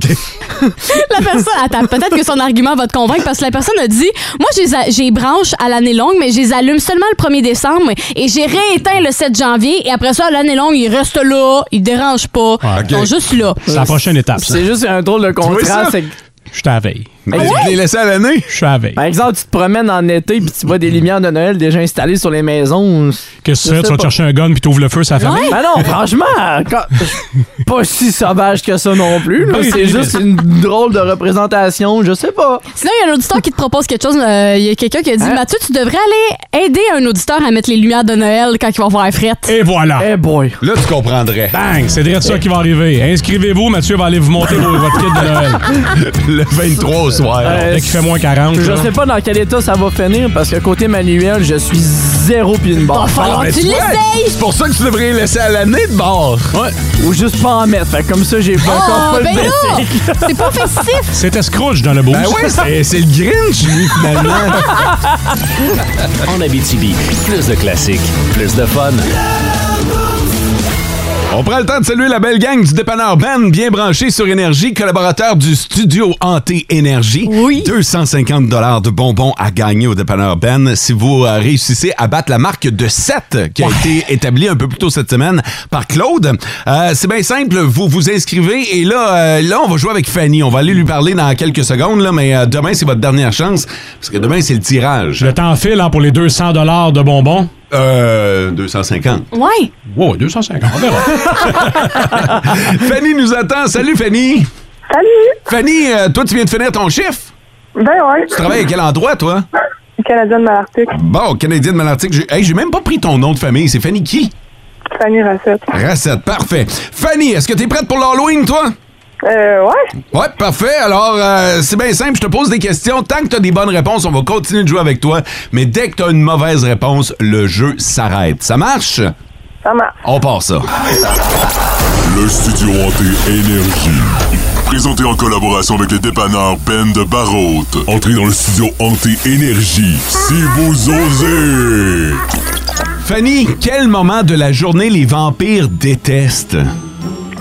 la personne. Attends, peut-être que son argument va te convaincre parce que la personne a dit Moi, j'ai j'ai branche à l'année longue, mais je les allume seulement le 1er décembre et j'ai rééteint le 7 janvier. Et après ça, à l'année longue, ils restent là, ils dérangent pas. Ouais. Ils sont Ok. juste là. C'est la prochaine étape, ça. C'est juste un drôle de ça? contraste. c'est que- Je suis à la veille. Mais tu te les laissé à l'année? Je suis à la veille. Par exemple, tu te promènes en été puis tu vois des lumières de Noël déjà installées sur les maisons. Qu'est-ce Je que tu fais? sais Tu pas. vas te chercher un gun puis t'ouvres le feu sur la famille? Ben non, franchement, quand- pas si sauvage que ça non plus. là. Ben, C'est juste une drôle de représentation, je sais pas. Sinon, il y a un auditeur qui te propose quelque chose. Euh, Il y a quelqu'un qui a Hein? dit Mathieu, tu devrais aller aider un auditeur à mettre les lumières de Noël quand il va faire frette. Et voilà. Eh boy. Là, tu comprendrais. Bang! C'est direct ça qui va arriver. Inscrivez-vous, Mathieu va aller vous monter vos- votre kit de Noël. Le 23 au soir. Dès qu'il fait moins 40. Euh, Je là. sais pas dans quel état ça va finir parce que côté manuel, je suis zéro pied une barre. Ah, ben, tu vois, C'est pour ça que tu devrais les laisser à l'année de bord. Ou juste pas en mettre. Fait que comme ça, j'ai pas encore Oh, pas ben le là! basic. C'est pas festif! C'était Scrooge dans le boost. Ben ouais, c'est c'est le Grinch, lui, finalement. En Abitibi, plus de classiques, plus de fun. On prend le temps de saluer la belle gang du dépanneur Ben, bien branché sur Énergie, collaborateur du studio Hanté Énergie. Oui. 250 de bonbons à gagner au dépanneur Ben si vous euh, réussissez à battre la marque de 7 qui a été établie un peu plus tôt cette semaine par Claude. Euh, C'est bien simple, vous vous inscrivez et là, euh, là, on va jouer avec Fanny. On va aller lui parler dans quelques secondes, là, mais euh, demain, c'est votre dernière chance parce que demain, c'est le tirage. Le temps file hein, pour les 200 de bonbons. Euh, 250. Ouais! Wow, 250, on verra. Fanny nous attend. Salut, Fanny. Salut! Fanny, euh, toi, tu viens de finir ton chiffre? Ben ouais, Tu travailles à quel endroit, toi? Canadienne Malartic, Bon, Canadien de Malartic. J'ai hey, j'ai même pas pris ton nom de famille. C'est Fanny qui? Fanny Racette. Racette, parfait. Fanny, est-ce que t'es prête pour l'Halloween, toi? Euh, ouais, Ouais, parfait. Alors, euh, c'est bien simple. Je te pose des questions. Tant que t'as des bonnes réponses, on va continuer de jouer avec toi. Mais dès que t'as une mauvaise réponse, le jeu s'arrête. Ça marche? ça marche. On part ça. Le studio hanté Énergie. Présenté en collaboration avec les dépanneurs Ben de Barraute. Entrez dans le studio hanté Énergie si vous osez. Fanny, quel moment de la journée les vampires détestent?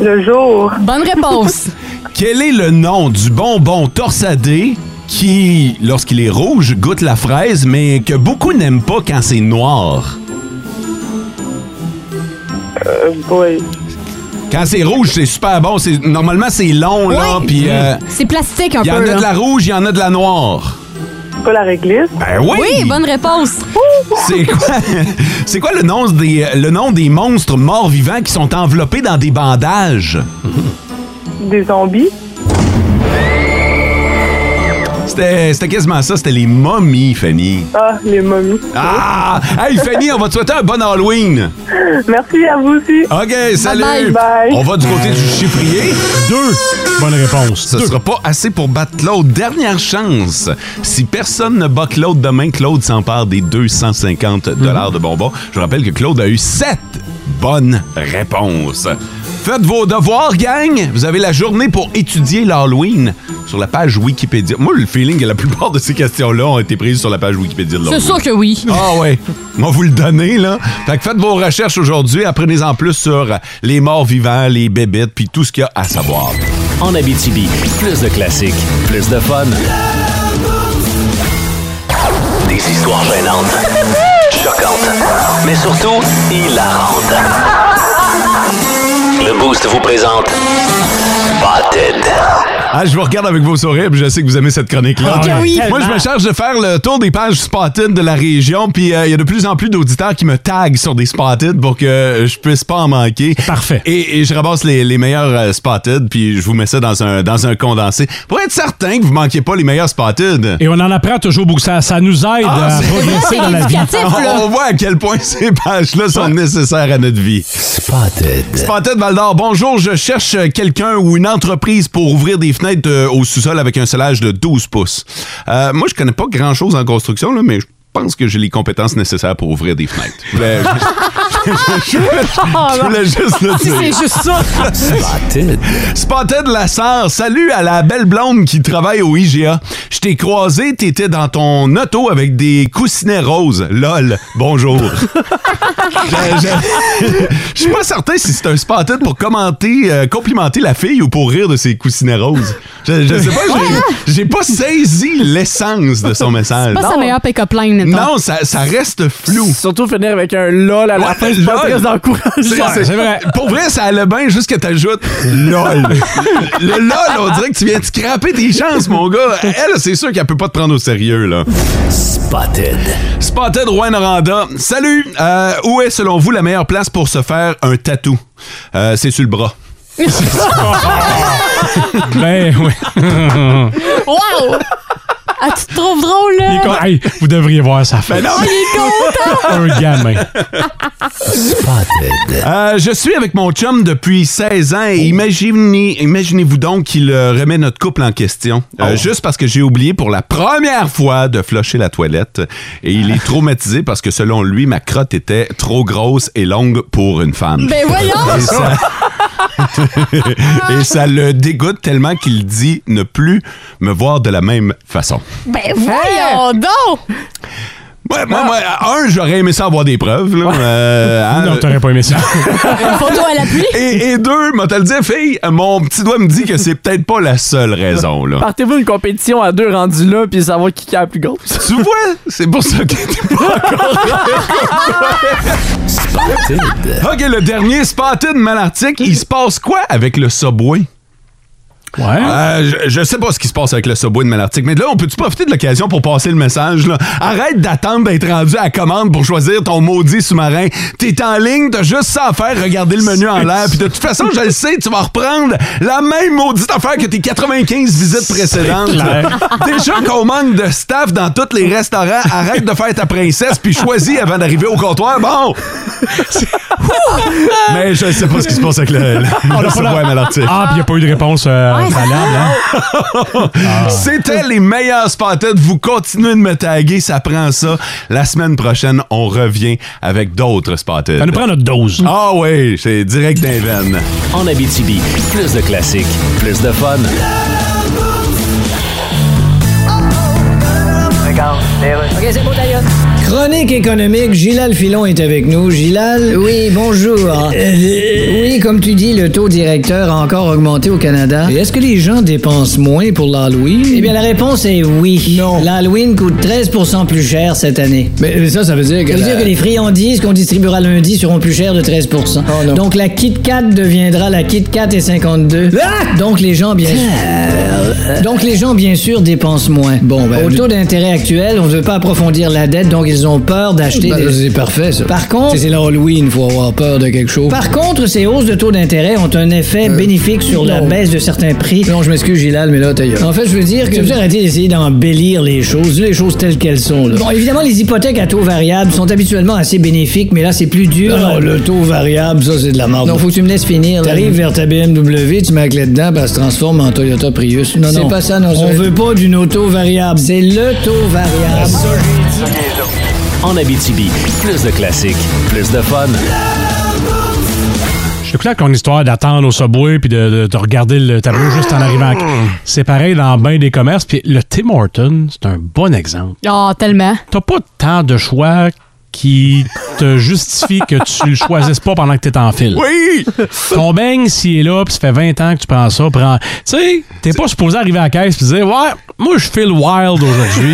Le jour, Bonne réponse! Quel est le nom du bonbon torsadé qui, lorsqu'il est rouge, goûte la fraise, mais que beaucoup n'aiment pas quand c'est noir. Euh, boy. Quand c'est rouge, c'est super bon. C'est- Normalement, c'est long, là, puis euh, Mm. C'est plastique un il y en peu. a là. de la rouge, il y en a de la noire. C'est pas la réglisse? Ben oui! bonne réponse. C'est quoi, c'est quoi le, nom des, le nom des monstres morts-vivants qui sont enveloppés dans des bandages? Des zombies? C'était c'était quasiment ça, c'était les momies, Fanny. Ah, les momies. Ah! Hey, Fanny, on va te souhaiter un bon Halloween! Merci à vous aussi. OK, salut! Bye bye. On va du côté du chiffrier. Deux! Bonne réponse. Ce sera pas assez pour battre Claude. Dernière chance. Si personne ne bat Claude demain, Claude s'empare des 250 dollars de bonbons. Je rappelle que Claude a eu sept bonnes réponses. Faites vos devoirs, gang! Vous avez la journée pour étudier l'Halloween sur la page Wikipédia. Moi, le feeling que la plupart de ces questions-là ont été prises sur la page Wikipédia de C'est l'Halloween. sûr que oui. Ah ouais. Moi, vous le donner, là. Fait que faites vos recherches aujourd'hui. Apprenez-en plus sur euh, les morts vivants, les bébêtes, puis tout ce qu'il y a à savoir. En Abitibi, plus de classiques, plus de fun. Des histoires gênantes, choquantes, mais surtout hilarantes. Le Boost vous présente Spotted. Ah, je vous regarde avec vos sourires, puis je sais que vous aimez cette chronique-là. Ah oui, Moi, je tellement. me charge de faire le tour des pages spotted de la région, puis euh, il y a de plus en plus d'auditeurs qui me taguent sur des spotted pour que je puisse pas en manquer. Parfait. Et, et je ramasse les, les meilleurs euh, spotted, puis je vous mets ça dans un, dans un condensé pour être certain que vous manquiez pas les meilleurs spotted. Et on en apprend toujours beaucoup. Ça, ça nous aide Ah, à c'est- progresser dans la vie. On voit à quel point ces pages-là sont nécessaires à notre vie. Spotted. Spotted Valdor, bonjour. Je cherche quelqu'un ou une entreprise pour ouvrir des fenêtres euh, au sous-sol avec un solage de 12 pouces. Euh, moi, je connais pas grand-chose en construction, là, mais je pense que j'ai les compétences nécessaires pour ouvrir des fenêtres. Mais- je, je Ah, voulais juste le dire. Ah, Si c'est juste ça. Spotted. Spotted la sœur. Salut à la belle blonde qui travaille au IGA. Je t'ai croisé, t'étais dans ton auto avec des coussinets roses. Lol. Bonjour. Je- je- Je suis pas certain si c'est un spotted pour commenter, euh, complimenter la fille ou pour rire de ses coussinets roses. Je, je sais pas, j'ai- j'ai pas saisi l'essence de son message. Pas sa meilleure pick-up line, mettons. Non, ça, ça reste flou. Surtout finir avec un lol à la Ouais, fin, c'est pas lol. très encourageant. C'est- c'est vrai. Pour vrai, ça allait bien juste que t'ajoutes LOL. Le LOL, on dirait que tu viens de scraper tes chances, mon gars. Elle, c'est sûr qu'elle peut pas te prendre au sérieux, là. Spotted. Spotted Rouen Noranda. Salut. Euh, où est, selon vous, la meilleure place pour se faire un tatou? Euh, c'est sur le bras. ben, oui. Wow! Ah, tu te trouves drôle, là? Hey, vous devriez voir sa face. Ben non, il est content. Un gamin. Euh, je suis avec mon chum depuis 16 ans et imaginez, imaginez-vous donc qu'il euh, remet notre couple en question. Euh, Juste parce que j'ai oublié pour la première fois de flusher la toilette et il est traumatisé parce que selon lui, ma crotte était trop grosse et longue pour une femme. Ben voyons! Et ça, et ça le dégoûte tellement qu'il dit ne plus me voir de la même façon. Ben voyons donc! Ouais, Ah. moi, moi, un, j'aurais aimé ça avoir des preuves. Là, euh, hein, Non, t'aurais pas aimé ça. Une photo à l'appui? Et, et deux, moi, te le dire, fille, mon petit doigt me dit que c'est peut-être pas la seule raison, là. Partez-vous une compétition à deux rendus là, puis savoir qui est la plus grosse. Tu vois, c'est pour ça que t'es pas OK, le dernier, Spotted Malartic, il se passe quoi avec le Subway? Ouais. je, je sais pas ce qui se passe avec le Subway de Malartic, mais là, on peut-tu profiter de l'occasion pour passer le message? Là? Arrête d'attendre d'être rendu à la commande pour choisir ton maudit sous-marin. T'es en ligne, t'as juste ça à faire, regarder le menu en l'air, puis de toute façon, je le sais, tu vas reprendre la même maudite affaire que tes 95 visites précédentes. là. clair. Déjà qu'on manque de staff dans tous les restaurants, arrête de faire ta princesse, puis choisis avant d'arriver au comptoir. Bon! Mais je sais pas ce qui se passe avec le, le, On a le pas la- Subway Malartic. Oh, Ah, puis il n'y a pas eu de réponse euh, valable. hein? Ah. C'était les meilleurs spotted. Vous continuez de me taguer, ça prend ça. La semaine prochaine, on revient avec d'autres spotted. Ça nous prend notre dose. Ah oui, c'est direct d'un veine. En Abitibi, plus de classiques, plus de fun. OK, c'est bon, d'ailleurs. Chronique économique, Gilal Filon est avec nous. Gilal? Oui, bonjour. oui, comme tu dis, le taux directeur a encore augmenté au Canada. Et est-ce que les gens dépensent moins pour l'Halloween? Eh bien, la réponse est oui. Non. L'Halloween coûte 13 plus cher cette année. Mais ça, ça veut dire que Ça veut la- dire que les friandises qu'on distribuera lundi seront plus chères de 13 Donc, la Kit Kat deviendra la Kit Kat et 52. Donc, les gens, bien donc les gens, bien sûr, dépensent moins. Ah! Bon, ben, Au taux d'intérêt actuel, on ne veut pas approfondir la dette, donc ils ont peur d'acheter Ben, des... c'est parfait, ça. Par contre... C'est- c'est l'Halloween, il faut avoir peur de quelque chose. Par contre, ces hausses de taux d'intérêt ont un effet bénéfique sur la baisse de certains prix. Euh, Non, je m'excuse, Gilal, mais là, t'as En fait, je veux dire que... Tu veux arrêter d'essayer d'embellir les choses, les choses telles qu'elles sont, Bon, évidemment, les hypothèques à taux variable sont habituellement assez bénéfiques, mais là, c'est plus dur. Non, non, le taux variable, ça, c'est de la merde. Non, faut que tu me laisses finir. là. T'arrives vers ta BMW, tu mets la clé dedans, ben, elle se transforme en Toyota Prius. Non, C'est non. pas ça, non, On ça- veut pas d'une auto variable. C'est le taux variable. En Abitibi, plus de classiques, plus de fun. Je suis clair qu'on histoire d'attendre au subway puis de, de- de regarder le tableau juste en arrivant. à- C'est pareil dans bien des commerces. Puis le Tim Horton, c'est un bon exemple. Ah, tellement. T'as pas tant de choix qui te justifie que tu le choisisses pas pendant que t'es en file. Oui! Ton beigne, s'il est là, puis ça fait 20 ans que tu prends ça, prends... Tu sais, t'es pas supposé arriver à la caisse puis dire « Ouais, moi, je file wild aujourd'hui.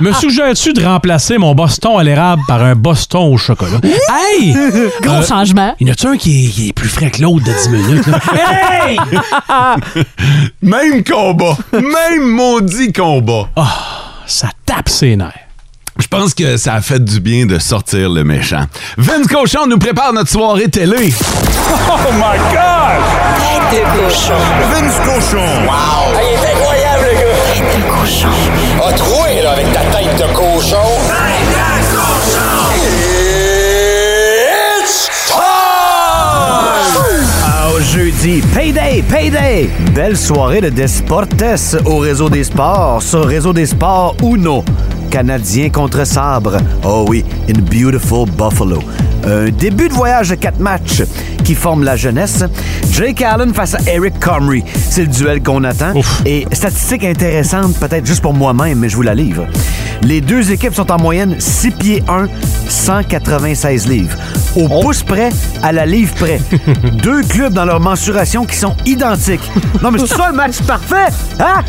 Me suggères-tu de remplacer mon Boston à l'érable par un Boston au chocolat? Hey! Gros Euh, changement. Il y en a-tu un qui est, qui est plus frais que l'autre de 10 minutes? là? Hey! Même combat. Même maudit combat. ça tape ses nerfs. Je pense que ça a fait du bien de sortir le méchant. Vince Cochon nous prépare notre soirée télé. Oh my God! Tête de cochon. Vince cochon. Wow! Ah, il est incroyable, le gars! Tête de cochon. A troué, là, avec ta tête de cochon. Tête de cochon! It's time! Ah, Au jeudi, payday, payday! Belle soirée de Desportes au Réseau des Sports, sur Réseau des Sports Uno. Canadien contre Sabre. Oh oui, in beautiful Buffalo. Un début de voyage de quatre matchs qui forment la jeunesse. Jake Allen face à Eric Comrie. C'est le duel qu'on attend. Et statistique intéressante, peut-être juste pour moi-même, mais je vous la livre. Les deux équipes sont en moyenne 6 pieds 1, 196 livres. Au pouce près, à la livre près. Deux clubs dans leur mensuration qui sont identiques. Non, mais c'est ça un match parfait, hein?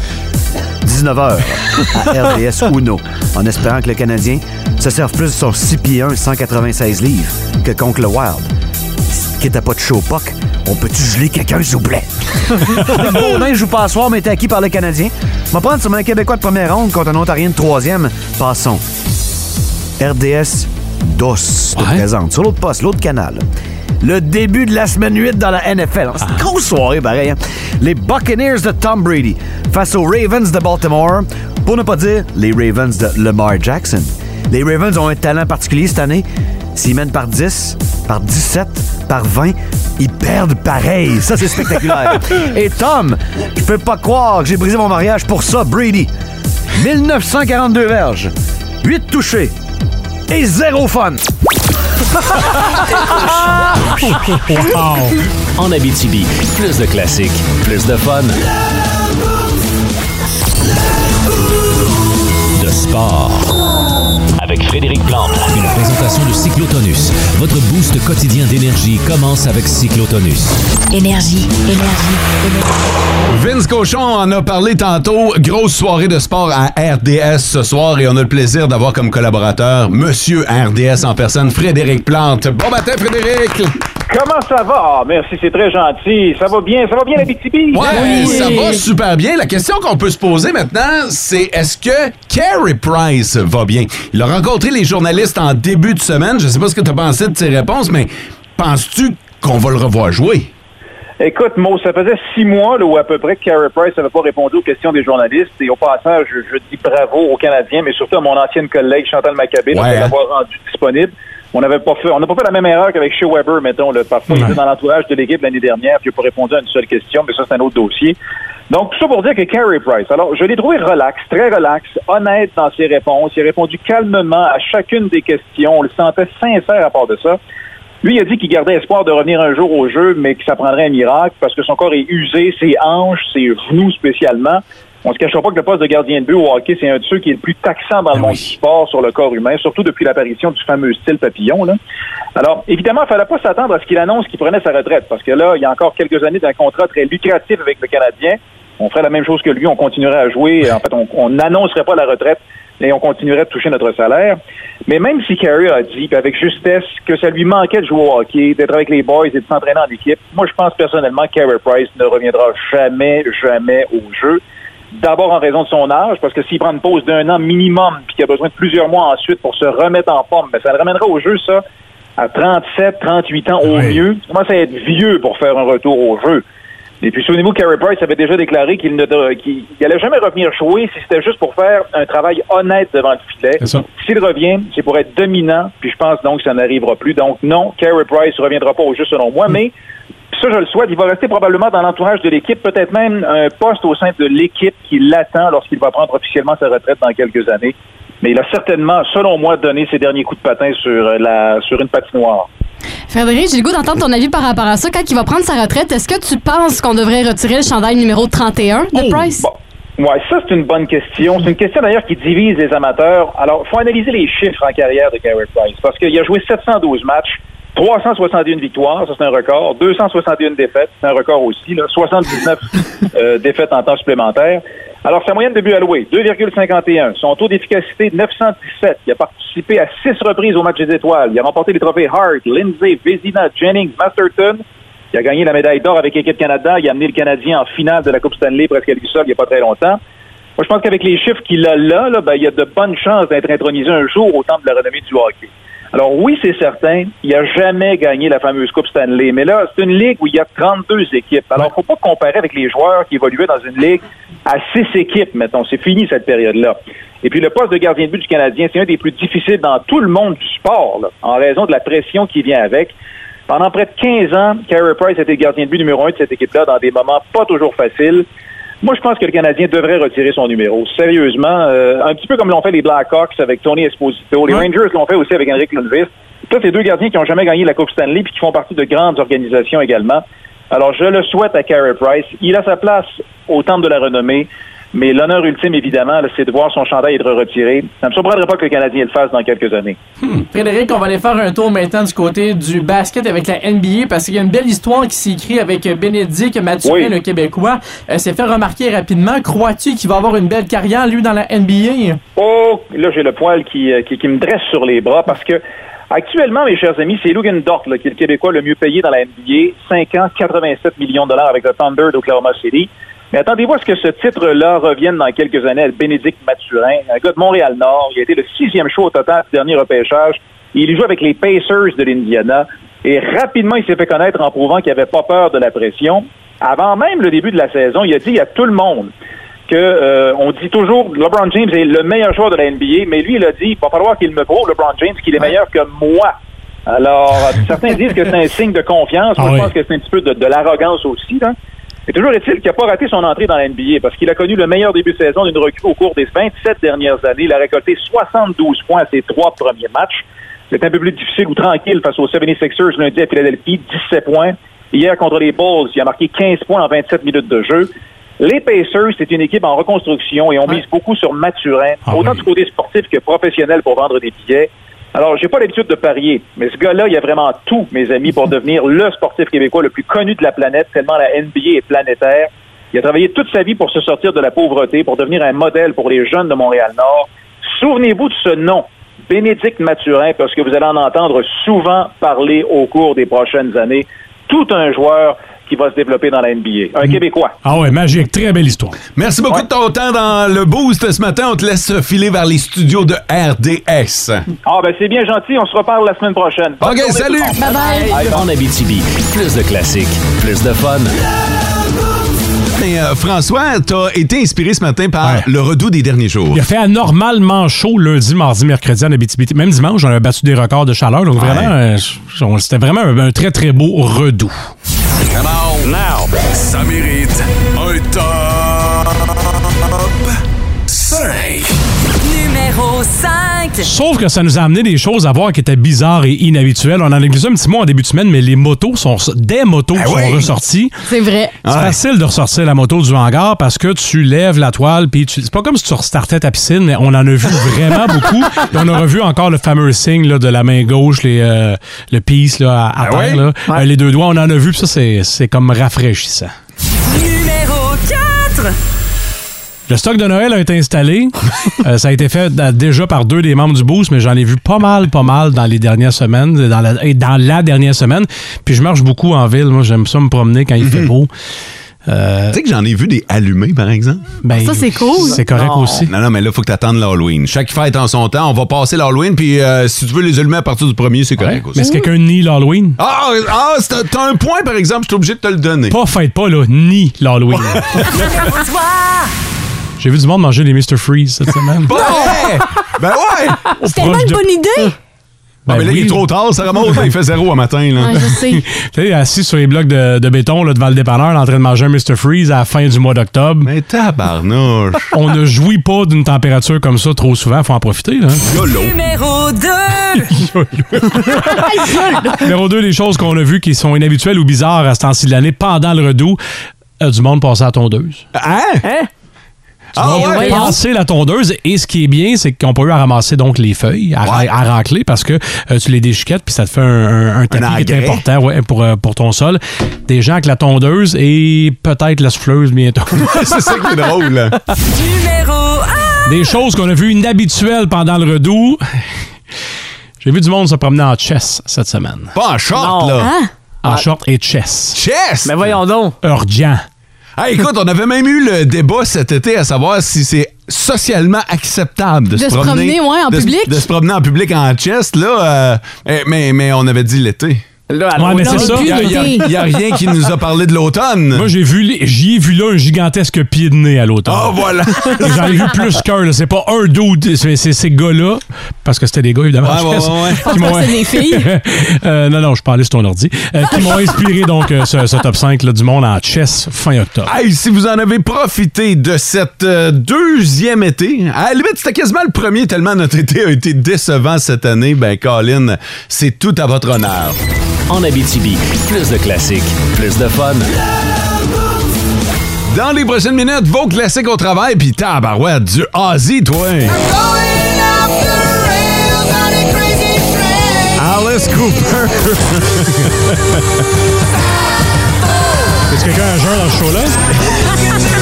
19h à RDS Uno, en espérant que le Canadien se serve plus de son 6 pieds 1, 196 livres que contre le Wild. Quitte à pas de show puck, on peut-tu geler quelqu'un, s'il vous plaît? Baudin joue pas à soir, mais est acquis par le Canadien. On va prendre sur un Québécois de première ronde contre un Ontarien de troisième. Passons. RDS DOS se présente sur l'autre poste, l'autre canal. Le début de la semaine 8 dans la NFL. C'est une grosse soirée, pareil. hein. Les Buccaneers de Tom Brady face aux Ravens de Baltimore, pour ne pas dire les Ravens de Lamar Jackson. Les Ravens ont un talent particulier cette année. S'ils mènent par 10, par 17, par 20, ils perdent pareil. Ça, c'est spectaculaire. Et Tom, je peux pas croire que j'ai brisé mon mariage pour ça, Brady. 1942 verges, 8 touchés et zéro fun. En Abitibi, plus de classiques, plus de fun. De sport. Avec Frédéric Plante. Une présentation de Cyclotonus. Votre boost quotidien d'énergie commence avec Cyclotonus. Énergie, énergie, Vince Cochon en a parlé tantôt. Grosse soirée de sport à RDS ce soir et on a le plaisir d'avoir comme collaborateur Monsieur RDS en personne, Frédéric Plante. Bon matin, Frédéric! Comment ça va? Ah, merci, c'est très gentil. Ça va bien, ça va bien la BTP? Ouais, ça va super bien. La question qu'on peut se poser maintenant, c'est est-ce que Carey Price va bien? Il a rencontré les journalistes en début de semaine. Je sais pas ce que tu as pensé de ses réponses, mais penses-tu qu'on va le revoir jouer? Écoute, Mo, ça faisait six mois, là, où à peu près, que Carey Price n'avait pas répondu aux questions des journalistes. Et au passage, je, je dis bravo aux Canadiens, mais surtout à mon ancienne collègue Chantal Maccabé Ouais, de hein. l'avoir rendu disponible. On n'avait pas fait, on n'a pas fait la même erreur qu'avec Shea Weber, mettons. Là. Parfois, il était dans l'entourage de l'équipe l'année dernière, puis il n'a pas répondu à une seule question, mais ça, c'est un autre dossier. Donc, tout ça pour dire que Carey Price, alors, je l'ai trouvé relax, très relax, honnête dans ses réponses. Il a répondu calmement à chacune des questions. On le sentait sincère à part de ça. Lui, il a dit qu'il gardait espoir de revenir un jour au jeu, mais que ça prendrait un miracle parce que son corps est usé, ses hanches, ses genoux spécialement. On se cachera pas que le poste de gardien de but au hockey, c'est un de ceux qui est le plus taxant dans le monde du sport sur le corps humain, surtout depuis l'apparition du fameux style papillon. Là. Alors, évidemment, il fallait pas s'attendre à ce qu'il annonce qu'il prenait sa retraite, parce que là, il y a encore quelques années d'un contrat très lucratif avec le Canadien. On ferait la même chose que lui, on continuerait à jouer. En fait, on n'annoncerait pas la retraite et on continuerait de toucher notre salaire. Mais même si Carey a dit puis avec justesse que ça lui manquait de jouer au hockey, d'être avec les boys et de s'entraîner en équipe, moi je pense personnellement que Carey Price ne reviendra jamais, jamais au jeu. D'abord en raison de son âge, parce que s'il prend une pause d'un an minimum, puis qu'il a besoin de plusieurs mois ensuite pour se remettre en forme, ben, ça le ramènera au jeu, ça, à 37, 38 ans au Oui. mieux. Ça commence à être vieux pour faire un retour au jeu. Et puis, souvenez-vous, Carey Price avait déjà déclaré qu'il ne qu'il n'allait jamais revenir jouer si c'était juste pour faire un travail honnête devant le filet. C'est ça. S'il revient, c'est pour être dominant, puis je pense donc que ça n'arrivera plus. Donc, non, Carey Price ne reviendra pas au jeu selon moi, mais ça, je le souhaite, il va rester probablement dans l'entourage de l'équipe, peut-être même un poste au sein de l'équipe qui l'attend lorsqu'il va prendre officiellement sa retraite dans quelques années. Mais il a certainement, selon moi, donné ses derniers coups de patin sur, euh, la, sur une patinoire. Frédéric, j'ai le goût d'entendre ton avis par rapport à ça. Quand il va prendre sa retraite, est-ce que tu penses qu'on devrait retirer le chandail numéro 31 de Oh, Price? Ouais, ça c'est une bonne question. C'est une question d'ailleurs qui divise les amateurs. Alors, faut analyser les chiffres en carrière de Carey Price parce qu'il a joué 712 matchs, 361 victoires, ça c'est un record, 261 défaites, c'est un record aussi, là, 79 euh, défaites en temps supplémentaire. Alors, sa moyenne de buts alloués, 2,51. Son taux d'efficacité, 917. Il a participé à six reprises au match des étoiles. Il a remporté les trophées Hart, Lindsay, Vezina, Jennings, Masterton. Il a gagné la médaille d'or avec l'équipe Canada. Il a amené le Canadien en finale de la Coupe Stanley presque à lui seul il n'y a pas très longtemps. Moi, je pense qu'avec les chiffres qu'il a là, là, ben, il y a de bonnes chances d'être intronisé un jour au temple de la renommée du hockey. Alors oui, c'est certain, il n'a jamais gagné la fameuse Coupe Stanley. Mais là, c'est une ligue où il y a 32 équipes. Alors, faut pas comparer avec les joueurs qui évoluaient dans une ligue à 6 équipes, mettons. C'est fini cette période-là. Et puis, le poste de gardien de but du Canadien, c'est un des plus difficiles dans tout le monde du sport, là, en raison de la pression qui vient avec. Pendant près de 15 ans, Carey Price était le gardien de but numéro un de cette équipe-là dans des moments pas toujours faciles. Moi, je pense que le Canadien devrait retirer son numéro. Sérieusement, euh, un petit peu comme l'ont fait les Blackhawks avec Tony Esposito. Les Rangers l'ont fait aussi avec Henrik Lundqvist. Tous ces deux gardiens qui n'ont jamais gagné la Coupe Stanley puis qui font partie de grandes organisations également. Alors, je le souhaite à Carey Price. Il a sa place au temple de la renommée. Mais l'honneur ultime, évidemment, là, c'est de voir son chandail être retiré. Ça ne me surprendrait pas que le Canadien le fasse dans quelques années. Frédéric, on va aller faire un tour maintenant du côté du basket avec la NBA parce qu'il y a une belle histoire qui s'écrit avec Bénédicte Mathurin, Oui. le Québécois. Euh, s'est fait remarquer rapidement. Crois-tu qu'il va avoir une belle carrière, lui, dans la NBA? Oh, là, j'ai le poil qui, euh, qui, qui me dresse sur les bras parce que actuellement, mes chers amis, c'est Logan Dort là, qui est le Québécois le mieux payé dans la NBA. 5 ans, 87 millions de dollars avec le Thunder d'Oklahoma City. Mais attendez-vous à ce que ce titre-là revienne dans quelques années à Bénédicte Mathurin, un gars de Montréal-Nord. Il a été le sixième choix au total du dernier repêchage. Il joue avec les Pacers de l'Indiana. Et rapidement, il s'est fait connaître en prouvant qu'il n'avait pas peur de la pression. Avant même le début de la saison, il a dit à tout le monde que euh, on dit toujours LeBron James est le meilleur joueur de la NBA, mais lui, il a dit il va falloir qu'il me prouve, LeBron James, qu'il est meilleur que moi. Alors, euh, certains disent que c'est un signe de confiance. Moi, Ah je oui. pense que c'est un petit peu de, de l'arrogance aussi. Là. Mais toujours est-il qu'il n'a pas raté son entrée dans la NBA parce qu'il a connu le meilleur début de saison d'une recrue au cours des 27 dernières années. Il a récolté 72 points à ses trois premiers matchs. C'est un peu plus difficile ou tranquille face aux 76ers lundi à Philadelphie, 17 points. Hier, contre les Bulls, il a marqué 15 points en 27 minutes de jeu. Les Pacers, c'est une équipe en reconstruction et on mise beaucoup sur Mathurin, autant du côté sportif que professionnel pour vendre des billets. Alors, j'ai pas l'habitude de parier, mais ce gars-là, il a vraiment tout, mes amis, pour devenir le sportif québécois le plus connu de la planète, tellement la NBA est planétaire. Il a travaillé toute sa vie pour se sortir de la pauvreté, pour devenir un modèle pour les jeunes de Montréal-Nord. Souvenez-vous de ce nom, Bénédicte Mathurin, parce que vous allez en entendre souvent parler au cours des prochaines années. Tout un joueur qui va se développer dans la NBA. Un Québécois. Ah ouais, magique. Très belle histoire. Merci beaucoup de ton temps dans le boost ce matin. On te laisse filer vers les studios de RDS. Ah, ben c'est bien gentil. On se reparle la semaine prochaine. OK, salut. En Abitibi, plus de classiques, plus de fun. Mais euh, François, t'as été inspiré ce matin par le redout des derniers jours. Il a fait anormalement chaud lundi, mardi, mercredi en Abitibi. Même dimanche, on a battu des records de chaleur. Donc vraiment, euh, on- c'était vraiment un, un très, très beau redout. Come on now. Ça mérite un top 5. Numéro 5. Sauf que ça nous a amené des choses à voir qui étaient bizarres et inhabituelles. On en a glissé un petit mot en début de semaine, mais les motos sont des motos sont Ben oui. ressorties. C'est vrai. C'est facile de ressortir la moto du hangar parce que tu lèves la toile puis tu... c'est pas comme si tu restartais ta piscine, mais on en a vu vraiment beaucoup. Et on a revu encore le fameux signe là, de la main gauche, les, euh, le peace là, à, à Ah terre, oui? là. Euh, les deux doigts, on en a vu, puis ça c'est c'est comme rafraîchissant. Numéro 4. Le stock de Noël a été installé. Euh, ça a été fait euh, déjà par deux des membres du Boost, mais j'en ai vu pas mal, pas mal dans les dernières semaines et dans la, et dans la dernière semaine. Puis je marche beaucoup en ville. Moi, j'aime ça me promener quand il fait beau. Mhm. Tu sais que j'en ai vu des allumés, par exemple. Ça, c'est cool. Euh. Ben, C'est correct Non. aussi. Non, non, mais là, il faut que tu attendes l'Halloween. Chaque fête en son temps, on va passer l'Halloween, puis euh, si tu veux les allumer à partir du premier, c'est correct aussi. Mais est-ce que quelqu'un nie l'Halloween? Ah, ah c'est- t'as un point, par exemple, je suis obligé de te le donner. Pas fête pas, là, nie l'Halloween. Numéro 3. J'ai vu du monde manger des Mr. Freeze cette semaine. Pas vrai! ben ouais! C'est tellement une bonne idée. Ah, Ben mais là, il est trop tard, ça remonte. il fait zéro à matin. Là. Ouais, je sais. Tu sais, assis sur les blocs de, de béton là, devant le dépanneur, en train de manger un Mr. Freeze à la fin du mois d'octobre. Mais tabarnouche! On ne jouit pas d'une température comme ça trop souvent, faut en profiter. Là. Numéro 2. Numéro 2, les choses qu'on a vues qui sont inhabituelles ou bizarres à ce temps-ci de l'année pendant le redout, euh, du monde passé à la tondeuse. Hein? Hein? Du Ah monde ouais? passé la tondeuse et ce qui est bien, c'est qu'on peut eu à ramasser donc les feuilles, à, à racler parce que euh, tu les déchiquettes puis ça te fait un, un- un tapis qui est engrais. important ouais, pour, euh, pour ton sol. Des gens avec la tondeuse et peut-être la souffleuse bientôt. c'est ça qui est drôle. là. Numéro 1. Des choses qu'on a vues inhabituelles pendant le redout. J'ai vu du monde se promener en chess cette semaine. Pas en short, Non. là. Ah. Hein? En short et chess. Chess! Mais voyons donc. Urgent. Ah, écoute, on avait même eu le débat cet été à savoir si c'est socialement acceptable De de, se promener, ouais, en de se- public. De se promener en public en chest, là. euh, eh, mais, mais on avait dit l'été. Là, Ouais, mais c'est ça. Ah, Il n'y a, rien qui nous a parlé de l'automne. Moi, j'ai vu, les- j'y ai vu là un gigantesque pied de nez à l'automne. Ah, voilà. J'en ai vu plus qu'un. là. C'est pas un dude, c'est c'est ces gars-là, parce que c'était des gars, évidemment. Ouais, je pense, ouais, ouais, ouais. qui m'ont- Je pense que c'est des filles. Euh, non, non, je parlais sur ton ordi. Euh, qui m'ont inspiré, donc, euh, ce, ce top 5 là, du monde en chess fin octobre. Hey, si vous en avez profité de cette euh, deuxième été, à la limite, c'était quasiment le premier tellement notre été a été décevant cette année. Ben, Colin, c'est tout à votre honneur. En Abitibi, plus de classiques, plus de fun. Dans les prochaines minutes, vos classiques au travail, puis tabarouette, du Ozzy, toi. Alice Cooper. Est-ce que quelqu'un a jeun dans ce show-là?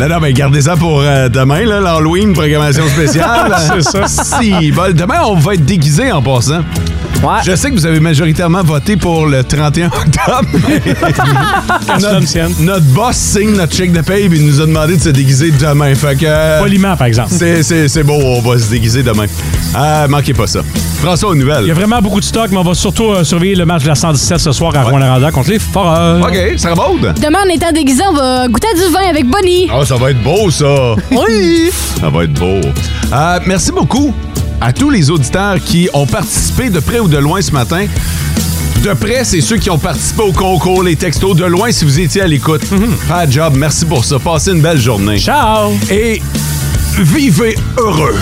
Non, non, mais gardez ça pour euh, demain, là, l'Halloween, programmation spéciale. C'est ça. Si, bon, demain, on va être déguisé en passant. Je sais que vous avez majoritairement voté pour le 31 octobre. notre, notre boss signe notre chèque de paye et nous a demandé de se déguiser demain. Fait que. Poliment, par exemple. C'est- C'est c'est beau, on va se déguiser demain. Euh, manquez pas ça. François aux nouvelles. Il y a vraiment beaucoup de stock, mais on va surtout euh, surveiller le match de la 117 ce soir à Rouen-Noranda contre les Foreurs. OK, ça rebond. Demain, en étant déguisé, on va goûter à du vin avec Bonnie. Ah, ça va être beau, ça. Oui. Ça va être beau. Euh, merci beaucoup à tous les auditeurs qui ont participé de près ou de loin ce matin. De près, c'est ceux qui ont participé au concours, les textos. De loin, si vous étiez à l'écoute. Pas de job. Merci pour ça. Passez une belle journée. Ciao. Et vivez heureux.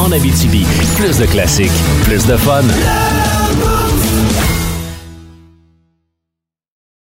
En Abitibi, plus de classiques, plus de fun.